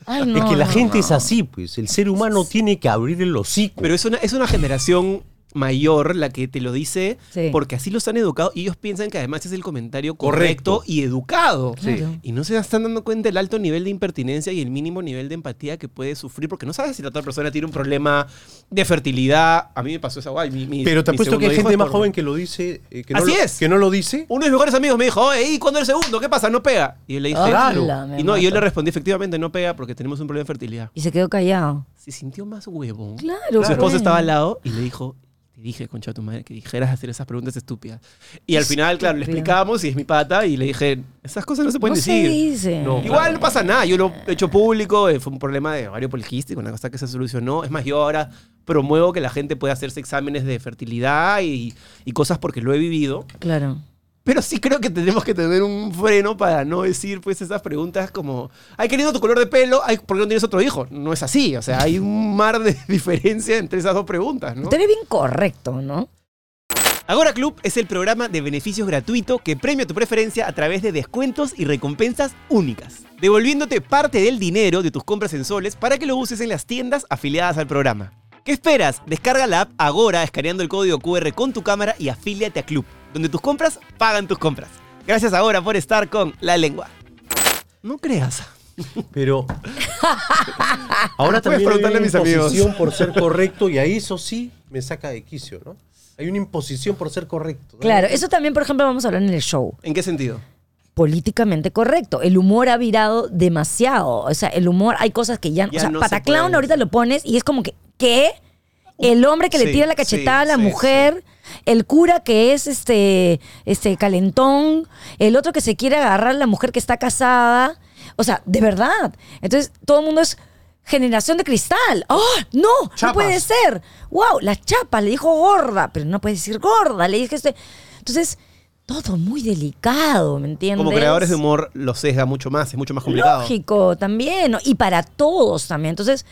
B: Ay, no,
E: es que la
B: no,
E: gente
B: no.
E: es así, pues. El ser humano tiene que abrir el hocico.
A: Pero es una, es una generación mayor la que te lo dice
B: Sí.
A: porque así los han educado y ellos piensan que además es el comentario correcto,
E: Correcto.
A: y educado.
B: Claro.
A: Y no se están dando cuenta del alto nivel de impertinencia y el mínimo nivel de empatía que puede sufrir porque no sabes si la otra persona tiene un problema de fertilidad. A mí me pasó esa guay. mi- mi-
E: Pero te
A: mi
E: apuesto que hay
A: segundo hijo
E: gente
A: es
E: más
A: por-
E: joven que lo dice. eh, que no
A: Así
E: lo-
A: es.
E: Que no lo dice.
A: Uno de mis mejores amigos me dijo, oye, ¿y cuándo el segundo? ¿Qué pasa? No pega. Y yo le dije,
B: Ala, Claro. me
A: Y no, y yo
B: mato.
A: le respondí, efectivamente, no pega porque tenemos un problema de fertilidad.
B: Y se quedó callado.
A: Se sintió más huevo.
B: Claro.
A: Su
B: pues.
A: esposa estaba al lado y le dijo, te dije, concha de tu madre, que dijeras de hacer esas preguntas estúpidas. Y al final, claro, le
B: Estúpido.
A: explicábamos y es mi pata y le dije, esas cosas no se pueden
B: No se
A: decir.
B: dice.
E: No.
A: Igual no pasa nada, yo lo he hecho público, eh, fue un problema de ovario poliquístico, una cosa que se solucionó. Es más, yo ahora promuevo que la gente pueda hacerse exámenes de fertilidad y, y cosas porque lo he vivido.
B: Claro.
A: Pero sí creo que tenemos que tener un freno para no decir pues esas preguntas como, ay, querido tu color de pelo, ay, ¿por qué no tienes otro hijo? No es así, o sea, hay un mar de diferencia entre esas dos preguntas, ¿no?
B: Usted es bien correcto, ¿no?
A: Agora Club es el programa de beneficios gratuito que premia tu preferencia a través de descuentos y recompensas únicas, devolviéndote parte del dinero de tus compras en soles para que lo uses en las tiendas afiliadas al programa. ¿Qué esperas? Descarga la app Agora escaneando el código QR con tu cámara y afíliate a Club, donde tus compras pagan tus compras. Gracias Agora por estar con La Lengua. No creas.
E: Pero. Ahora
A: Puedes
E: también hay
A: preguntarle
E: una
A: a mis amigos.
E: imposición por ser correcto y a eso sí me saca de quicio, ¿no? Hay una imposición por ser correcto. ¿no?
B: Claro, eso también, por ejemplo, vamos a hablar en el show.
A: ¿En qué sentido?
B: políticamente correcto. El humor ha virado demasiado. O sea, el humor, hay cosas que ya,
A: Ya
B: o sea,
A: no se
B: pataclown
A: pueden.
B: ahorita lo pones y es como que, ¿qué? El hombre que le
A: Sí,
B: tira la
A: sí,
B: cachetada a la
A: sí,
B: mujer, el cura que es este, este calentón, el otro que se quiere agarrar a la mujer que está casada. O sea, de verdad. Entonces, todo el mundo es generación de cristal. ¡Oh, no! No
E: Chapas.
B: puede ser. ¡Wow! Las chapas, le dijo gorda, pero no puede decir gorda, le dije este. Entonces, todo muy delicado, ¿me entiendes?
A: Como creadores de humor lo sesga mucho más, es mucho más complicado.
B: Lógico, también. ¿no? Y para todos también. Entonces,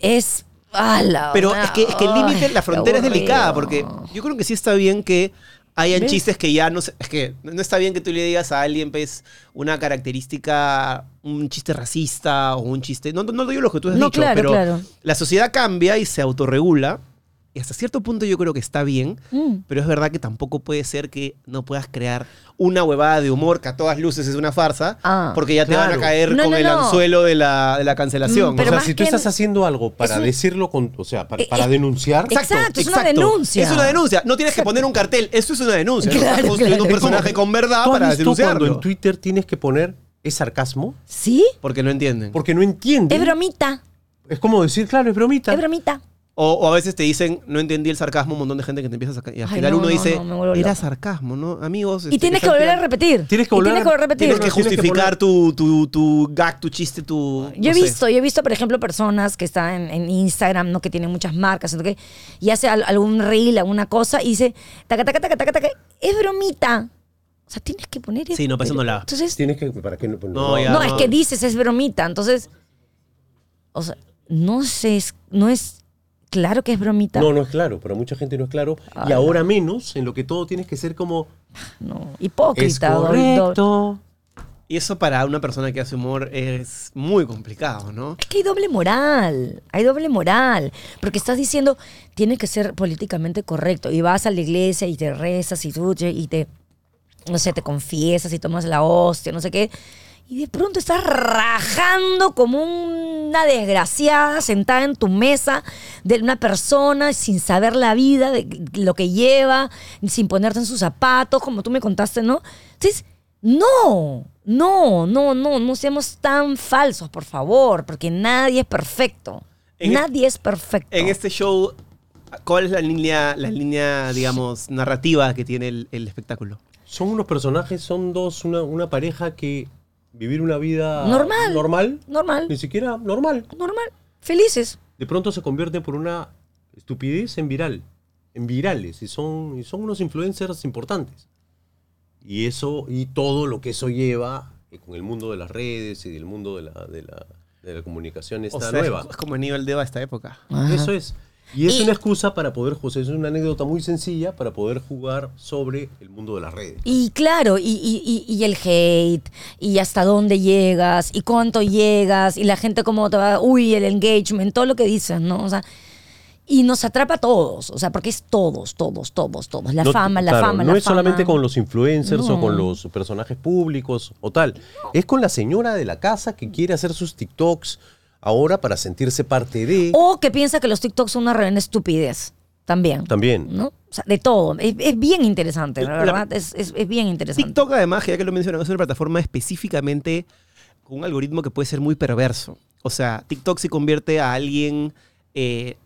B: es. ala,
A: Pero
B: una-
A: es que, es que el
B: ay,
A: límite, la
B: qué
A: frontera es
B: aburrido.
A: delicada, porque yo creo que sí está bien que hayan
B: ¿Ves?
A: chistes que ya no se- Es que no está bien que tú le digas a alguien, pues, una característica, un chiste racista o un chiste. No, no, no digo lo que tú has
B: No,
A: dicho,
B: claro,
A: pero
B: claro.
A: la sociedad cambia y se autorregula. Y hasta cierto punto yo creo que está bien,
B: Mm.
A: pero es verdad que tampoco puede ser que no puedas crear una huevada de humor que a todas luces es una farsa,
B: Ah,
A: porque ya te van
E: claro.
A: a caer
B: No,
A: con
B: no,
A: el
B: no.
A: anzuelo de la, de la cancelación.
B: Mm,
E: O
B: pero
E: sea,
B: más
E: si tú
B: que-
E: estás haciendo algo para
B: es un-
E: decirlo con. O sea, para,
B: Eh,
E: para
B: eh,
E: denunciar.
B: Exacto, es una denuncia.
A: Es una denuncia. No tienes que poner un cartel. Eso es una denuncia. ¿no?
B: Claro,
A: Estás construyendo
B: claro.
A: un personaje con verdad
E: ¿Tú has
A: para
E: visto cuando en
A: denunciarlo.
E: ah, Twitter tienes que poner es sarcasmo?
B: ¿Sí?
A: Porque no entienden.
E: Porque no entiendes.
B: Es bromita.
E: Es como decir, claro, es bromita.
B: Es bromita.
A: O, o a veces te dicen, no entendí el sarcasmo, un montón de gente que te empieza a sacar. Y al
B: Ay,
A: final
B: no,
A: uno
B: no,
A: dice,
B: no, me vuelvo
A: era
B: loca".
A: sarcasmo, ¿no? Amigos. este,
B: Y tienes que volver a repetir.
E: Tienes que
B: Y
E: volver a-
B: a repetir.
A: Tienes que
E: Tienes que
A: justificar
E: poner-
A: tu, tu, tu gag, tu chiste, tu.
B: Yo
A: no
B: he
A: sé.
B: visto, yo he visto, por ejemplo, personas que están en, en Instagram, ¿no? Que tienen muchas marcas, ¿no? que, y hace al- algún reel, alguna cosa, y dice, taca, taca, taca, taca, taca, es bromita. O sea, tienes que poner
A: Sí, no, para eso no la-
B: Entonces,
E: Tienes que. ¿Para qué no?
A: No, ya.
B: no, es que dices, es bromita. Entonces, o sea, no sé, es- no es claro que es bromita.
E: No, no es claro, para mucha gente no es claro. y
B: Ay,
E: ahora menos, en lo que todo tienes que ser como...
B: No,
E: Es
B: Hipócrita. do- do-
E: correcto.
A: Y eso para una persona que hace humor es muy complicado, ¿no?
B: Es que hay doble moral, hay doble moral, porque estás diciendo, tiene que ser políticamente correcto, y vas a la iglesia y te rezas y tú, y te, no sé, te confiesas y tomas la hostia, no sé qué, y de pronto estás rajando como una desgraciada sentada en tu mesa de una persona sin saber la vida, de lo que lleva, sin ponerte en sus zapatos, como tú me contaste, ¿no? Entonces, no, no, no, no, no seamos tan falsos, por favor, porque nadie es perfecto.
A: En
B: nadie es perfecto.
A: En este show, ¿cuál es la línea, la línea digamos, narrativa que tiene el, el espectáculo?
E: Son unos personajes, son dos, una, una pareja que vivir una vida...
B: Normal.
E: Normal.
B: normal,
E: Ni siquiera normal.
B: normal, felices.
E: De pronto se convierte por una estupidez en viral. En virales. Y son, y son unos influencers importantes. Y eso, y todo lo que eso lleva eh, con el mundo de las redes y del mundo de la, de la, de la comunicación esta
A: O sea, es-
E: nueva.
A: Es, como Aníbal Deva a esta época.
E: Eso es. Y es
B: Y-
E: una excusa para poder jugar, es una anécdota muy sencilla para poder jugar sobre el mundo de las redes.
B: Y claro, y, y- y- y el hate, y hasta dónde llegas, y cuánto llegas, y la gente como te va, uy, el engagement, todo lo que dices, ¿no? O sea, y nos atrapa a todos, o sea, porque es todos, todos, todos, todos. La
E: No-
B: fama, la
E: claro,
B: fama, la
E: No es
B: fama.
E: solamente con los influencers o
B: No.
E: con los personajes públicos o tal. Es con la señora de la casa que quiere hacer sus TikToks ahora para sentirse parte de...
B: O que piensa que los TikToks son una reverenda estupidez, también.
E: También.
B: ¿No? O sea, de todo. Es, es bien interesante, la
A: La-
B: verdad. Es, es- es bien interesante.
A: TikTok, además, ya que lo mencionamos, es una plataforma específicamente con un algoritmo que puede ser muy perverso. O sea, TikTok se convierte a alguien eh,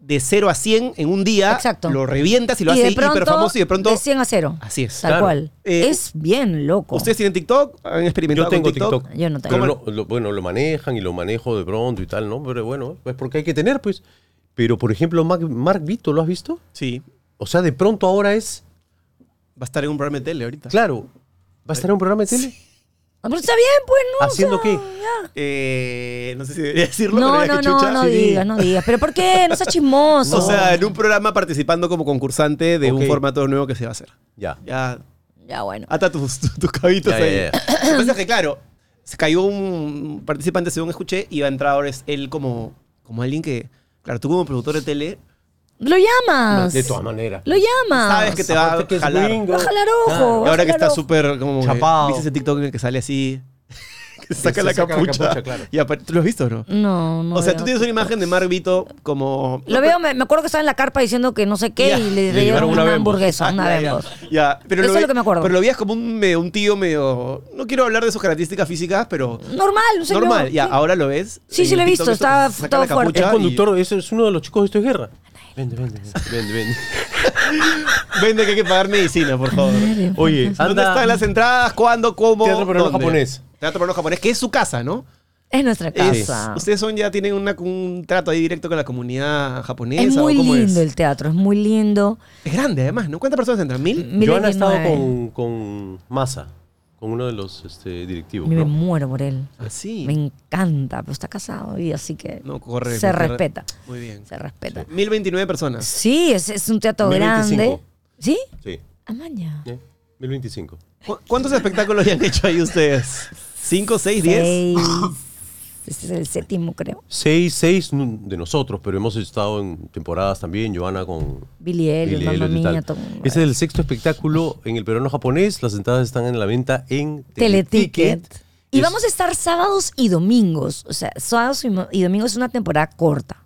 A: de 0 a 100 en un día,
B: Exacto.
A: lo revientas y lo
B: Y
A: hace
B: de pronto,
A: hiper famoso y de pronto...
B: De 100 a 0.
A: Así es.
B: Tal
E: Ah, claro.
B: cual.
A: Eh,
B: es bien loco.
A: ¿Ustedes tienen TikTok? ¿Han experimentado
E: Yo tengo
A: con TikTok?
E: TikTok.
B: Yo no tengo.
E: Pero lo- lo- bueno, lo manejan y lo manejo de pronto y tal, ¿no? Pero bueno, es porque hay que tener, pues. Pero, por ejemplo, Mark, Mark Vito, ¿lo has visto?
A: Sí.
E: O sea, de pronto ahora es...
A: Va a estar en un programa de tele ahorita.
E: Claro, ¿va a estar en un programa de tele?
B: Ah, pero está bien, pues, ¿no? O
E: ¿Haciendo
B: sea,
E: qué?
B: ya.
A: Eh, no sé si debería decirlo,
B: No,
A: pero ya
B: no,
A: que
B: no,
A: chucha.
B: no
A: Sí.
B: digas, no digas. ¿Pero por qué? No seas chismoso.
A: O sea, en un programa participando como concursante de
E: Ok.
A: un formato nuevo que se va a hacer.
E: Ya.
A: Ya,
B: Ya, bueno.
A: ata tus, tus, tus cabitos
E: Ya,
A: ahí.
E: ya,
A: Lo que pasa es que, claro, se cayó un participante, según escuché, y va a entrar ahora es él como, como alguien que, claro, tú como productor de tele,
B: Lo llamas.
E: De todas maneras.
B: Ah, Lo llamas.
A: sabes que te va a
E: Aparte que es
A: jalar.
E: gringo.
B: Va a jalar ojo.
E: Claro.
A: Y
B: va a
A: ahora que
B: jalar
A: está
B: ojo.
A: súper como... que-
E: Chapado.
A: ¿Viste ese TikTok en el que sale así? que se saca,
E: Se
A: la,
E: saca la
A: capucha.
E: capucha, claro.
A: Y apare- ¿Tú lo has visto o no?
B: No, no.
A: o sea,
B: veo.
A: tú tienes una imagen de Mark Vito como...
B: Lo veo, me, me acuerdo que estaba en la carpa diciendo que no sé qué
A: Ya.
B: y
A: Le
B: le dieron
E: llevaron una
B: una,
E: Bembo.
B: hamburguesa, una
A: Ah, ya,
B: Bembo.
A: ya, ya. Pero
B: Eso es lo
A: ve-
B: que me acuerdo.
A: Pero lo veías como un, medio- un tío medio... No quiero hablar de sus características físicas, pero...
B: Normal, un señor.
A: Normal, ya, ah,
B: Sí.
A: ahora lo ves.
B: Sí,
A: en
B: sí lo
A: TikTok,
B: he visto,
A: eso,
B: estaba-
A: se saca
B: estaba
A: la capucha
B: fuerte.
E: El
A: y-
E: conductor, ese es uno de los chicos de Esto es Guerra. Vende, vende, vende, vende.
A: Vende que hay que pagar medicina, por favor.
E: Oye,
A: ¿Dónde
E: anda.
A: están las entradas? ¿Cuándo? ¿Cómo?
E: Teatro Peruano
A: ¿Dónde?
E: Japonés.
A: Teatro Peruano Japonés, que es su casa, ¿no?
B: Es nuestra
A: Es-
B: casa.
A: ustedes son ya tienen una- un trato ahí directo con la comunidad japonesa.
B: Es
A: ¿o
B: muy
A: cómo
B: lindo
A: Es?
B: el teatro, es muy lindo.
A: Es grande, además, ¿no? ¿Cuántas personas entran? ¿Mil?
B: Mira
E: Joana ha
B: que no
E: estado
B: hay-
E: con, con Massa, con uno de los este, directivos.
B: Me
E: ¿no?
B: muero por él.
A: Así.
B: Me encanta, pero está casado y así que
A: Ah, No corre.
B: se
A: corre.
B: respeta.
A: Muy bien.
B: Se respeta.
A: 1029 personas.
B: Sí, es, es un teatro
E: 1025.
B: grande. ¿Sí?
E: Sí,
B: Amaña.
E: ¿eh? 1025.
A: ¿Cu- ¿Cuántos espectáculos ya han hecho ahí ustedes? ¿Cinco, seis, diez?
B: Seis. Este es el séptimo, creo.
E: Seis, seis nu- de nosotros, pero hemos estado en temporadas también, Joana con...
B: Billy Elliot,
E: Billy
B: mamá
E: Elliot y
B: mía.
E: tal. Ese es el sexto espectáculo en el peruano japonés. Las entradas están en la venta en
B: Teleticket. Y
E: Es-
B: vamos a estar sábados y domingos. O sea, sábados y, mo- y domingos es una temporada corta.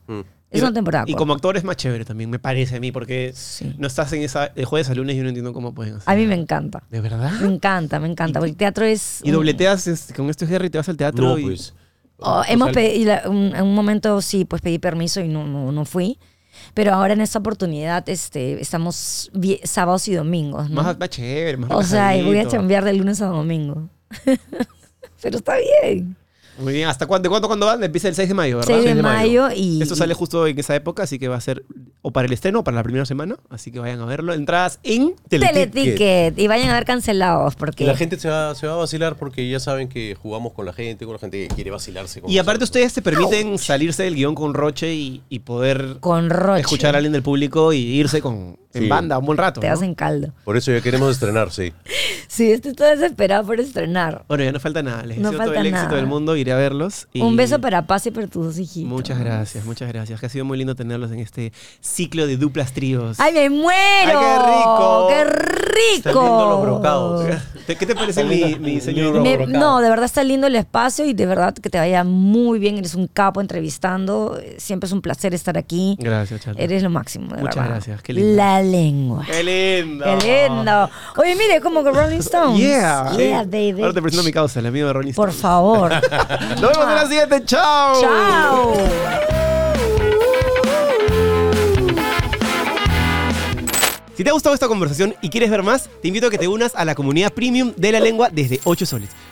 B: Es una temporada
A: Mm. Y
B: corta.
A: como actor es más chévere también, me parece a mí, porque
B: Sí.
A: no estás en esa. De jueves a lunes yo no entiendo cómo pueden hacer.
B: A mí me encanta.
A: ¿De verdad?
B: Me encanta, me encanta. Porque el teatro es.
A: Y
B: un-
A: dobleteas es- con esto es Harry, te vas al teatro
E: No,
A: y.
E: pues...
B: Oh,
E: o
B: hemos
E: sea,
B: pedi- y la- un- en un momento sí, pues pedí permiso y no, no, no fui. Pero ahora en esta oportunidad este, estamos vi- sábados y domingos, ¿no?
A: Más, más chévere, más
B: o sea, y voy a
A: relajadito.
B: chambear de lunes a domingo. Pero está bien.
A: Muy bien, ¿hasta cuándo? ¿Cuándo, cuándo van? Empieza el 6 de mayo, ¿verdad?
B: 6 de,
E: 6 de
B: mayo,
E: mayo.
B: y...
A: Esto sale justo en esa época, así que va a ser o para el estreno o para la primera semana. Así que vayan a verlo. Entradas en Teleticket.
B: Teleticket. Y vayan a ver cancelados porque...
E: Y la gente se va, se va a vacilar porque ya saben que jugamos con la gente, con la gente que quiere vacilarse. con
A: Y aparte
E: nosotros.
A: ustedes se permiten salirse del guión con Roche y, y poder
B: Con Roche.
A: escuchar a alguien del público y irse con, en
E: Sí.
A: banda un buen rato.
B: Te
A: ¿no?
B: hacen caldo.
E: Por eso ya queremos estrenar, sí.
B: Sí, este está desesperado por estrenar.
A: Bueno, ya no falta nada. Les
B: No
A: deseo todo
B: falta
A: el éxito
B: nada.
A: del mundo. Iré a verlos. y-
B: Un beso para Paz y para tus dos hijitos.
A: Muchas gracias, muchas gracias. Que ha sido muy lindo tenerlos en este ciclo de duplas tríos.
B: ¡Ay, me muero!
A: Ay, qué rico.
B: ¡Qué rico!
E: Están viendo los brocados.
A: ¿Te- ¿Qué te parece mi, mi diseño?
E: Me-
B: oh. Me-
E: Bravo, Ricardo.
B: no, de verdad está lindo el espacio y de verdad que te vaya muy bien. Eres un capo entrevistando. Eh, Siempre es un placer estar aquí.
A: Gracias, Charlie.
B: Eres lo máximo, de
A: Muchas
B: verdad.
A: gracias, qué lindo.
B: La lengua.
A: ¡Qué lindo!
B: Qué lindo. Oye, mire, como que Rolling Stones.
A: Yeah.
B: Yeah,
A: Sí.
B: baby.
A: Ahora te presento a mi causa, el amigo de Rolling
B: Por
A: Stone.
B: favor.
A: Nos vemos en la siguiente. ¡Chao!
B: Chao.
A: Si te ha gustado esta conversación y quieres ver más, te invito a que te unas a la comunidad premium de la lengua desde 8 soles.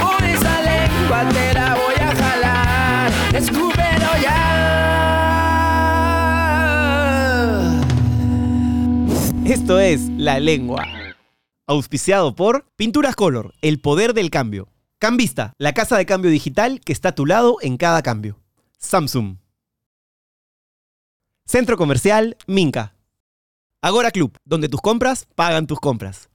G: Con esa lengua te la voy a jalar. Escúpelo ya.
A: Esto es La Lengua. Auspiciado por Pinturas Color, el poder del cambio. Cambista, la casa de cambio digital que está a tu lado en cada cambio. Samsung. Centro Comercial Minca. Agora Club, donde tus compras pagan tus compras.